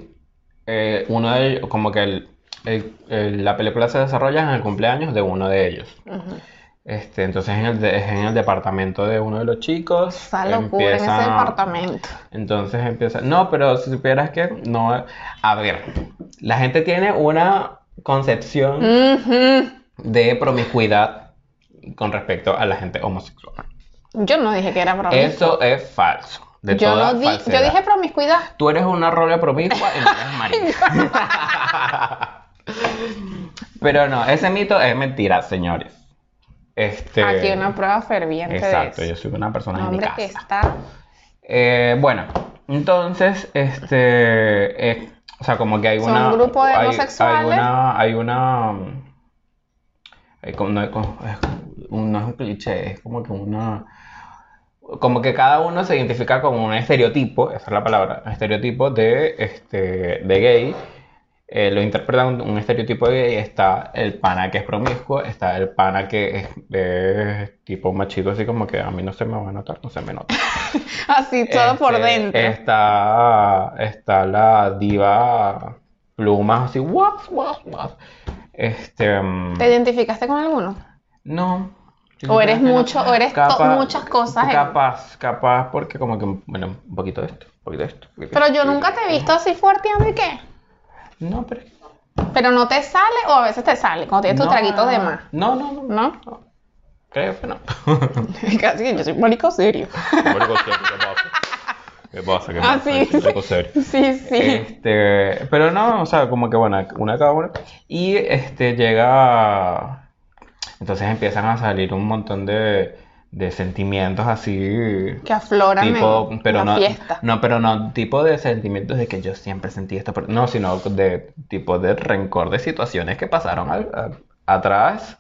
A: eh, uno de ellos, como que el- el- el- la película se desarrolla en el cumpleaños de uno de ellos.
B: Ujú.
A: Este, entonces en el, de- es en el departamento de uno de los chicos
B: Esa locura en ese
A: empiezan-
B: departamento.
A: entonces empieza. No, pero si supieras que no. A ver, la gente tiene una concepción
B: Ujú.
A: de promiscuidad con respecto a la gente homosexual.
B: Yo no dije que era promiscuidad.
A: Eso es falso. De
B: yo
A: toda
B: no di- yo
A: falsedad.
B: dije promiscuidad.
A: Tú eres una rola promiscua y no eres
B: *laughs*
A: marica. *laughs* Pero no, ese mito es mentira, señores. Este.
B: Aquí una prueba ferviente
A: Exacto,
B: de
A: yo
B: eso.
A: soy una persona en mi
B: hombre
A: casa.
B: que está.
A: Eh, bueno, entonces, este, eh, o sea, como que hay
B: Son
A: una,
B: un grupo de
A: hay, hay
B: homosexuales.
A: una, hay una, mm, hay como- no, hay como- es un- no es un cliché, es como que una, como que cada uno se identifica con un estereotipo, esa es la palabra, un estereotipo de, este, de gay. Eh, lo interpreta un, un estereotipo de gay, está el pana que es promiscuo, está el pana que es, es tipo machito, así como que a mí no se me va a notar, no se me nota.
B: Así todo por
A: Este,
B: dentro.
A: Está, está la diva plumas así, guap, guap, guap. Este, mm,
B: ¿Te identificaste con alguno?
A: no.
B: O eres
A: Yo creo que no.
B: mucho- o eres to- muchas cosas ¿eh? en-
A: Capaz, capaz, porque como que, bueno, un poquito de esto, un poquito de esto. un poquito de
B: Pero
A: esto,
B: yo
A: un
B: nunca
A: poquito
B: te he
A: de
B: visto así fuerteando y qué.
A: esto. No, pero es que-
B: Pero no te sale o a veces te sale cuando tienes tus
A: no,
B: traguitos de
A: no,
B: más.
A: No, no, no,
B: ¿No? *laughs*
A: creo que no.
B: Casi, yo soy marico serio.
A: *laughs* Marico, ¿qué pasa? ¿Qué pasa?
B: Ah,
A: ¿Qué pasa?
B: *laughs* Así.
A: Marico, serio.
B: Sí, sí.
A: Este, pero no, o sea, como que bueno, una cada una. Y este llega. Entonces empiezan a salir un montón de, de sentimientos así.
B: Que afloran en
A: Tipo, pero
B: la
A: no,
B: fiesta.
A: no, pero no, tipo de sentimientos de que yo siempre sentí esto, pero- no, sino de tipo de rencor de situaciones que pasaron al- a- atrás.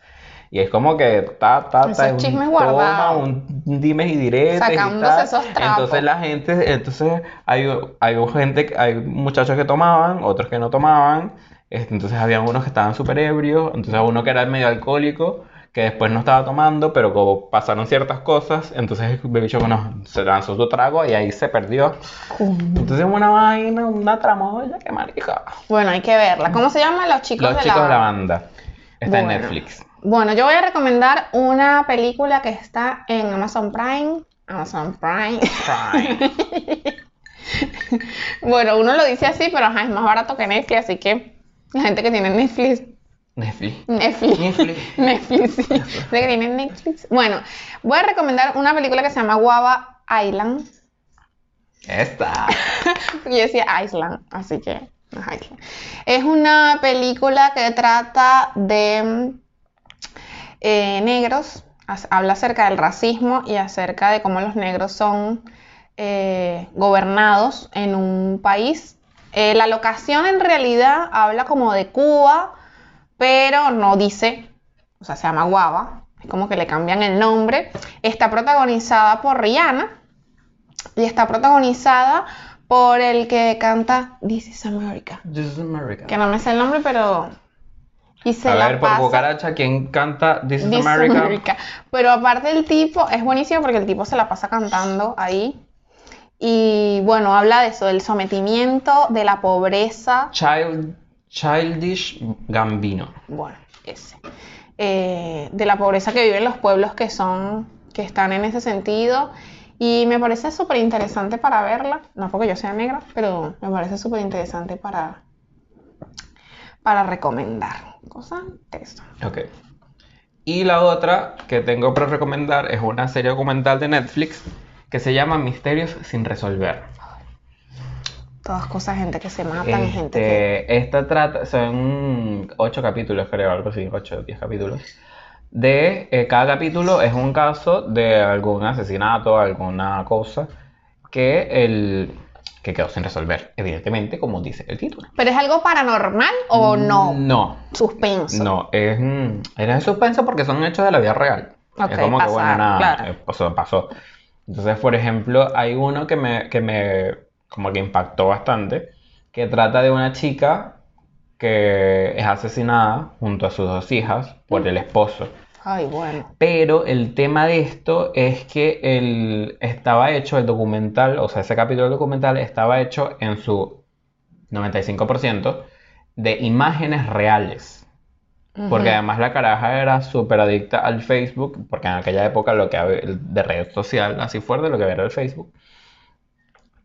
A: Y es como que ta, ta, ta,
B: Esos
A: un toma,
B: chismes guardados.
A: un dimes y diretes y
B: Sacándose
A: tal.
B: esos trapos.
A: Entonces la gente, entonces hay, hay gente, que- hay muchachos que tomaban, otros que no tomaban. Este, Entonces había unos que estaban súper ebrios, entonces uno que era medio alcohólico, que después no estaba tomando, pero como pasaron ciertas cosas, entonces el bicho bueno, se lanzó su trago y ahí se perdió. Entonces una vaina, una tramoya, que marica.
B: Bueno, hay que verla. ¿Cómo se llama? Los chicos
A: Los
B: de
A: chicos
B: la
A: de la banda. Está en
B: Bueno.
A: Netflix.
B: Bueno, yo voy a recomendar una película que está en Amazon Prime. Amazon Prime. *laughs*
A: Prime.
B: Bueno, uno lo dice así, pero ajá, es más barato que Netflix, así que la gente que tiene Netflix,
A: Netflix.
B: Netflix,
A: Netflix.
B: *laughs* Netflix, sí, la gente que tiene Netflix. Bueno, voy a recomendar una película que se llama Guava Island. *laughs*
A: Esta.
B: Yo decía Island, así que no es Island. Es una película que trata de mm, eh, negros, as- habla acerca del racismo y acerca de cómo los negros son eh, gobernados en un país. Eh, la locación en realidad habla como de Cuba, pero no dice, o sea, se llama Guava, es como que le cambian el nombre. Está protagonizada por Rihanna y está protagonizada por el que canta This is America.
A: This is America.
B: Que no me sé el nombre, pero. Y se
A: A
B: la
A: ver, por
B: pasa
A: cucaracha, ¿quién canta This is
B: This is
A: America?
B: America. Pero aparte el tipo, es buenísimo porque el tipo se la pasa cantando ahí. Y bueno, habla de eso, del sometimiento, de la pobreza.
A: Child, Childish Gambino.
B: Bueno, ese. Eh, de la pobreza que viven los pueblos que son, que están en ese sentido. Y me parece súper interesante para verla. No porque yo sea negra, pero me parece súper interesante para, para recomendar. Cosa interesante.
A: Ok. Y la otra que tengo para recomendar es una serie documental de Netflix que se llama Misterios sin resolver.
B: Todas cosas, gente que se matan y gente que.
A: Este, esta trata, son ocho capítulos, creo, algo así, ocho o diez capítulos. De eh, cada capítulo es un caso de algún asesinato, alguna cosa que el que quedó sin resolver, evidentemente, como dice el título.
B: ¿Pero es algo paranormal o no?
A: No,
B: Suspenso.
A: Mm, no, es, mm, era de suspenso porque son hechos de la vida real.
B: Ok,
A: es como que, bueno,
B: pasaron,
A: nada,
B: claro.
A: eh, pasó, pasó. Entonces, por ejemplo, hay uno que me, que me como que impactó bastante, que trata de una chica que es asesinada junto a sus dos hijas por el esposo.
B: Ay, bueno.
A: Pero el tema de esto es que el, estaba hecho el documental, o sea, ese capítulo del documental estaba hecho en su 95% de imágenes reales. Porque
B: Ujú.
A: además la caraja era súper adicta al Facebook, porque en aquella época lo que había de red social, así fuerte, lo que había era el Facebook.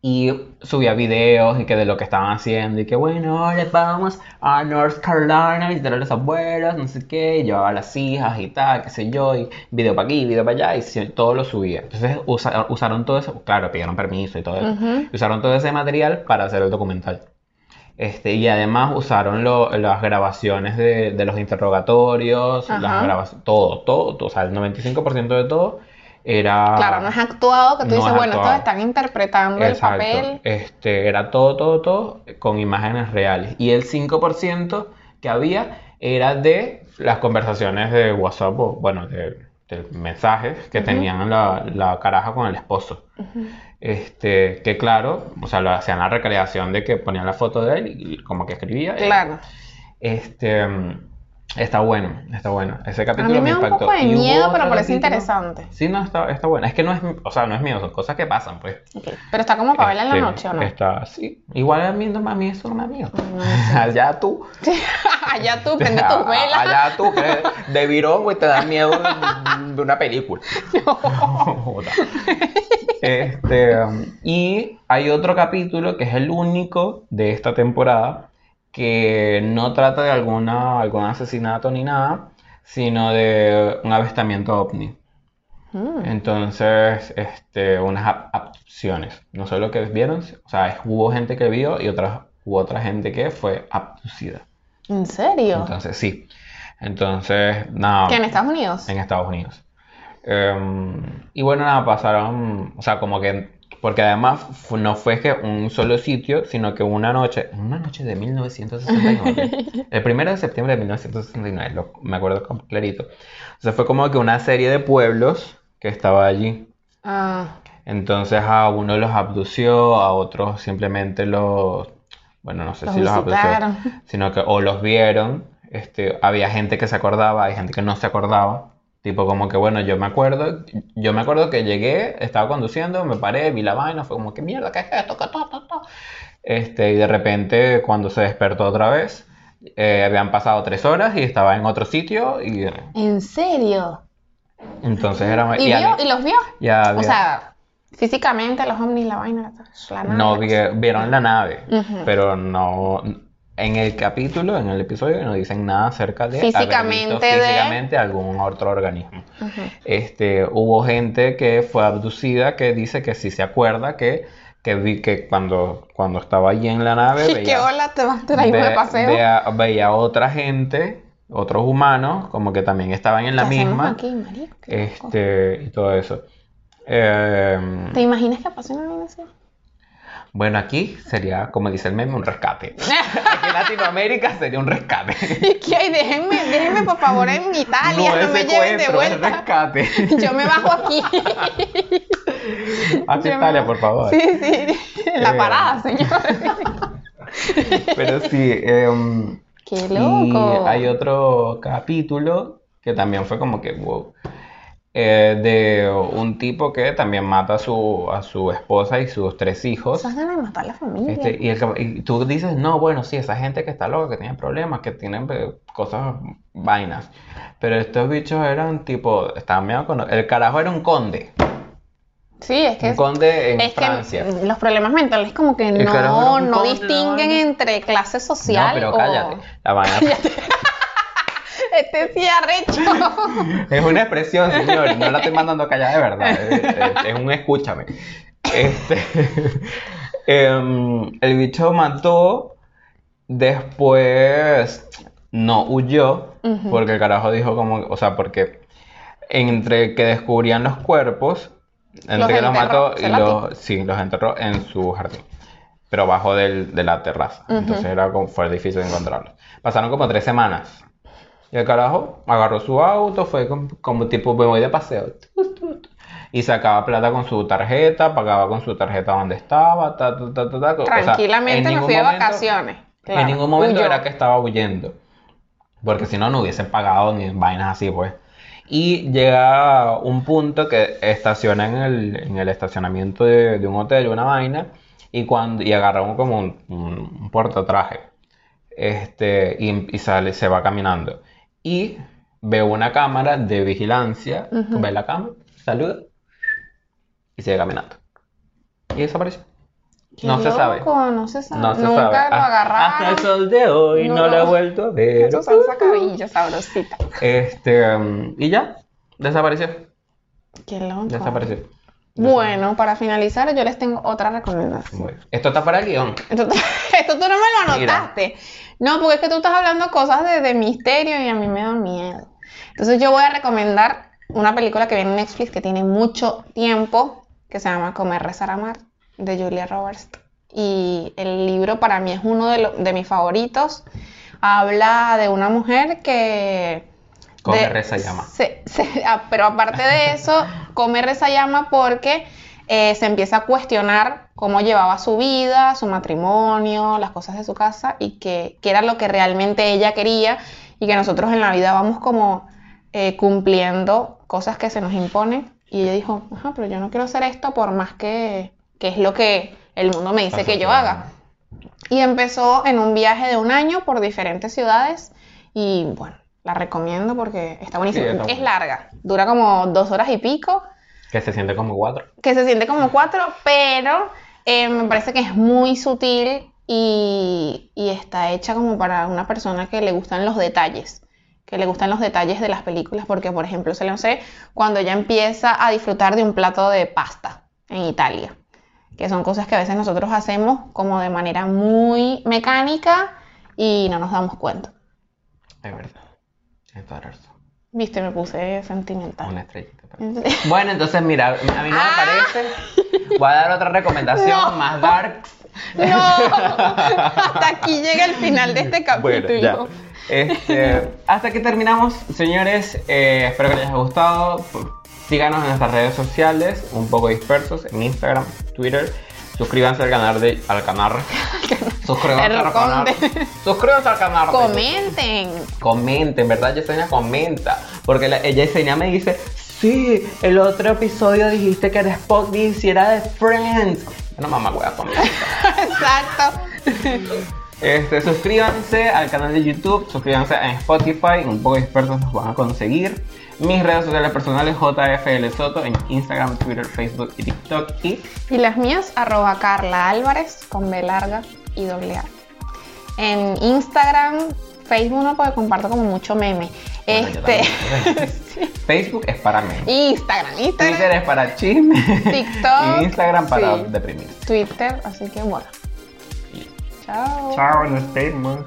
A: Y subía videos y que de lo que estaban haciendo, y que bueno, ahora vamos a North Carolina a visitar a los abuelos, no sé qué, y llevaba a las hijas y tal, qué sé yo, y video para aquí, video para allá, y si- todo lo subía. Entonces usa- usaron todo eso, claro, pidieron permiso y todo eso.
B: Ujú.
A: Usaron todo ese material para hacer el documental. Este, y además usaron lo- las grabaciones de, de los interrogatorios, las
B: Ajá.
A: grabaciones, todo, todo, todo, o sea, el 95% de todo era...
B: Claro, no es actuado, que tú
A: No
B: dices,
A: es
B: bueno, estos
A: actuado.
B: están interpretando el
A: Exacto.
B: papel.
A: Este, era todo, todo, todo con imágenes reales. Y el 5% que había era de las conversaciones de WhatsApp, o, bueno, de, de mensajes que tenían la, la caraja con el esposo. Este, que claro, o sea, lo hacían la recreación de que ponían la foto de él y como que escribía. eh, y-
B: Claro.
A: Este, mm, está bueno, está bueno. Ese
B: A
A: capítulo
B: mí
A: me
B: me da un
A: impactó.
B: poco de
A: Y hubo
B: miedo, pero
A: otro
B: parece
A: capítulo-
B: interesante.
A: Sí, no, está, está bueno. Es que no es, o sea, no es miedo, son cosas que pasan, pues.
B: Ok. Pero está como para verla en la
A: Este,
B: noche, ¿o no? *laughs*
A: Está así. Igual a mí, no, a mí eso no me da miedo.
B: No,
A: *laughs*
B: no
A: Allá tú.
B: Allá tú, prende
A: a- *laughs*
B: tus
A: a-
B: velas.
A: Allá Ah, tú, que de virongo y te da miedo de, de una
B: *laughs*
A: película. Joda. Este, um, y hay otro capítulo que es el único de esta temporada que no trata de alguna, algún asesinato ni nada, sino de un avistamiento ovni.
B: Mm.
A: Entonces, este, unas ab- abducciones. No sé lo que vieron, o sea, es- hubo gente que vio y otra, hubo otra gente que fue abducida.
B: ¿En serio?
A: Entonces, sí. Entonces, nada.
B: ¿Que en Estados Unidos?
A: En Estados Unidos. Em, y bueno, nada, pasaron, o sea, como que, porque además fu- no fue que un solo sitio, sino que una noche, una noche de
B: *laughs*
A: 1969, el primero de septiembre de 1969, lo- me acuerdo como clarito. O sea, fue como que una serie de pueblos que estaba allí.
B: Ah, ok.
A: Entonces a uno los abdució, a otros simplemente los, bueno, no sé
B: Los
A: si los abdució,
B: visitaron.
A: sino que o los vieron, este, había gente que se acordaba, hay gente que no se acordaba, tipo como que bueno, yo me acuerdo, yo me acuerdo que llegué, estaba conduciendo, me paré, vi la vaina, fue como que mierda, ¿qué es esto? ¿Qué to, to, to?". Este, y de repente cuando se despertó otra vez, eh, habían pasado tres horas y estaba en otro sitio y
B: ¿En serio?
A: entonces era
B: ¿Y,
A: y
B: vio,
A: había-
B: ¿Y los vio?
A: y había-
B: O sea, físicamente los ovnis, la vaina, la, la nave,
A: No
B: la
A: vi-
B: cosa.
A: vieron la nave,
B: Ujú.
A: pero no en el capítulo, en el episodio no dicen nada acerca de haber visto
B: Físicamente de-
A: físicamente algún otro organismo.
B: Ujú.
A: Este, hubo gente que fue abducida que dice que sí se acuerda que que vi que cuando cuando estaba allí en la nave
B: Y
A: veía
B: *laughs* qué hola, te vas te la llevo de
A: ve-
B: paseo.
A: vea- veía otra gente, otros humanos, como que también estaban en la
B: ¿Qué hacemos
A: misma,
B: aquí, marico? Qué loco.
A: este, y todo eso. Em,
B: ¿Te imaginas que pasó
A: *laughs*
B: una vaina así? *laughs*
A: Bueno, aquí sería, como dice el meme, un rescate. Aquí en Latinoamérica sería un rescate.
B: ¿Y qué hay? Déjenme, déjenme por favor en Italia,
A: no
B: Ah, no,
A: es
B: me lleven de
A: secuestro, es
B: vuelta. *laughs*
A: rescate.
B: Yo me
A: *laughs*
B: bajo aquí.
A: Hacia
B: Yo me
A: Italia,
B: bajo.
A: por favor.
B: Sí, sí, *laughs* en la
A: Eh.
B: parada,
A: *laughs*
B: señor.
A: Pero sí, em,
B: Qué
A: Y
B: loco.
A: hay otro capítulo que también fue como que wow. eh, de un tipo que también mata a su, a su esposa y sus tres hijos.
B: Esas ganas de matar a la familia.
A: Este, y, el cap- y tú dices, no, bueno, sí, esa gente que está loca, que tiene problemas, que tienen eh, cosas, vainas. Pero estos bichos eran tipo, estaban medio cono- El carajo era un conde,
B: Sí, es que
A: un conde en
B: es que
A: Francia.
B: los problemas mentales como que
A: El carajo era
B: no,
A: un
B: no
A: conde,
B: distinguen
A: ¿no?
B: entre clase social
A: No, pero
B: o...
A: cállate. La
B: *laughs*
A: vaina-
B: Este sí
A: *laughs*
B: arrecho.
A: Es una expresión, señor. No la estoy mandando a callar de verdad. Es, es- es un escúchame. Este, *laughs* em, el bicho mató. Después no huyó.
B: Ujú.
A: Porque el carajo dijo como. O sea, porque entre que descubrían los cuerpos. Entre
B: Los
A: que los
B: enterró,
A: mató y
B: se
A: los, sí, los enterró en su jardín. Pero bajo del- de la terraza.
B: Ujú.
A: Entonces era como- fue difícil encontrarlos. Pasaron como tres semanas. Y el carajo agarró su auto, fue com- como, tipo, me voy de paseo. Tut, tut. Y sacaba plata con su tarjeta, pagaba con su tarjeta donde estaba, ta, ta, ta, ta, ta. O sea, en
B: Tranquilamente me
A: ningún
B: fui de
A: momento-
B: vacaciones.
A: En
B: Claro.
A: ningún momento
B: Huyó.
A: era que estaba huyendo. Porque si no, no hubiesen pagado ni en vainas así, pues. Y llega un punto que estaciona en el, en el estacionamiento de, de un hotel, una vaina, y, cuando, y agarra un- como un, un, un portatraje. Este, y, y sale, se va caminando. Y ve una cámara de vigilancia,
B: Ujú.
A: ve la cámara, saluda, y sigue caminando. Y desaparece.
B: Qué
A: no se sabe.
B: loco, No se sabe.
A: No se
B: Nunca
A: sabe. Ah, Hasta-
B: lo
A: Hasta
B: agarraron.
A: el sol de hoy
B: No
A: no, la he
B: lo-
A: vuelto a ver.
B: Eso salsa cabilla, sabrosita.
A: Este, um, y ya, desapareció,
B: Qué loco.
A: desapareció.
B: Ah. Bueno, para finalizar, yo les tengo otra recomendación.
A: Muy bien. Esto está para el guión.
B: Esto, esto tú *laughs* no me lo
A: Mira.
B: anotaste. No, porque es que tú estás hablando cosas de, de misterio y a mí me da miedo. Entonces yo voy a recomendar una película que viene en Netflix que tiene mucho tiempo, que se llama Comer, Rezar, Amar, de Julia Roberts. Y el libro para mí es uno de, lo- de mis favoritos. Habla de una mujer que...
A: Come,
B: de-
A: reza y ama.
B: se- se- *laughs* ah, pero aparte de eso, come, reza y ama porque eh, se empieza a cuestionar cómo llevaba su vida, su matrimonio, las cosas de su casa y que, que era lo que realmente ella quería y que nosotros en la vida vamos como eh, cumpliendo cosas que se nos imponen. Y ella dijo, ajá, pero yo no quiero hacer esto por más que, que es lo que el mundo me dice que yo haga. Y empezó en un viaje de un año por diferentes ciudades y bueno, la recomiendo porque está buenísima.
A: Sí, está
B: es
A: buena.
B: larga, dura como dos horas y pico,
A: Que se siente como cuatro.
B: que se siente como cuatro, pero eh, me parece que es muy sutil y, y está hecha como para una persona que le gustan los detalles, que le gustan los detalles de las películas, porque por ejemplo, se lo sé, cuando ella empieza a disfrutar de un plato de pasta en Italia, que son cosas que a veces nosotros hacemos como de manera muy mecánica y no nos damos cuenta.
A: Es verdad. Es toda la razón.
B: Viste, me puse sentimental.
A: Una estrellita. para- Bueno, entonces mira, a mí no
B: Ah.
A: me parece. Voy a dar otra recomendación
B: *laughs* No.
A: más darks.
B: *laughs* No, *laughs* hasta aquí llega el final de este capítulo.
A: Bueno, ya. *laughs* Este, hasta aquí terminamos, señores. Eh, espero que les haya gustado. P- Síganos en nuestras redes sociales, un poco dispersos, en Instagram, Twitter. Suscríbanse al canal de al canal. Suscríbanse al
B: El
A: canal.
B: conde.
A: Suscríbanse al canal.
B: Ah, pues,
A: de
B: Comenten.
A: comenten, ¿verdad? Yesenia comenta. Porque la, ella Yesenia me dice, sí, el otro episodio dijiste que eres Spock si era de Friends. Bueno, mamá, voy a comer.
B: Exacto.
A: Este, suscríbanse al canal de YouTube, suscríbanse en Spotify, un poco expertos nos van a conseguir. Mis redes sociales personales, JFL Soto, en Instagram, Twitter, Facebook y TikTok. Y
B: Y las mías, arroba Carla Álvarez con B larga y doble A. En Instagram, Facebook no, porque comparto como mucho meme.
A: Bueno, yo
B: este.
A: también.
B: sí.
A: Facebook es para mí.
B: *laughs* Instagram, Instagram.
A: Twitter es para chisme. *laughs*
B: TikTok,
A: Y Instagram para
B: sí.
A: deprimir.
B: Twitter, así que bueno. Chao.
A: Chao, nos vemos.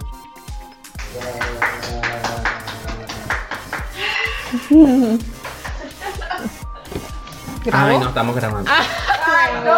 B: ¿Grabó?
A: Ay, no estamos grabando.
B: Ay, no.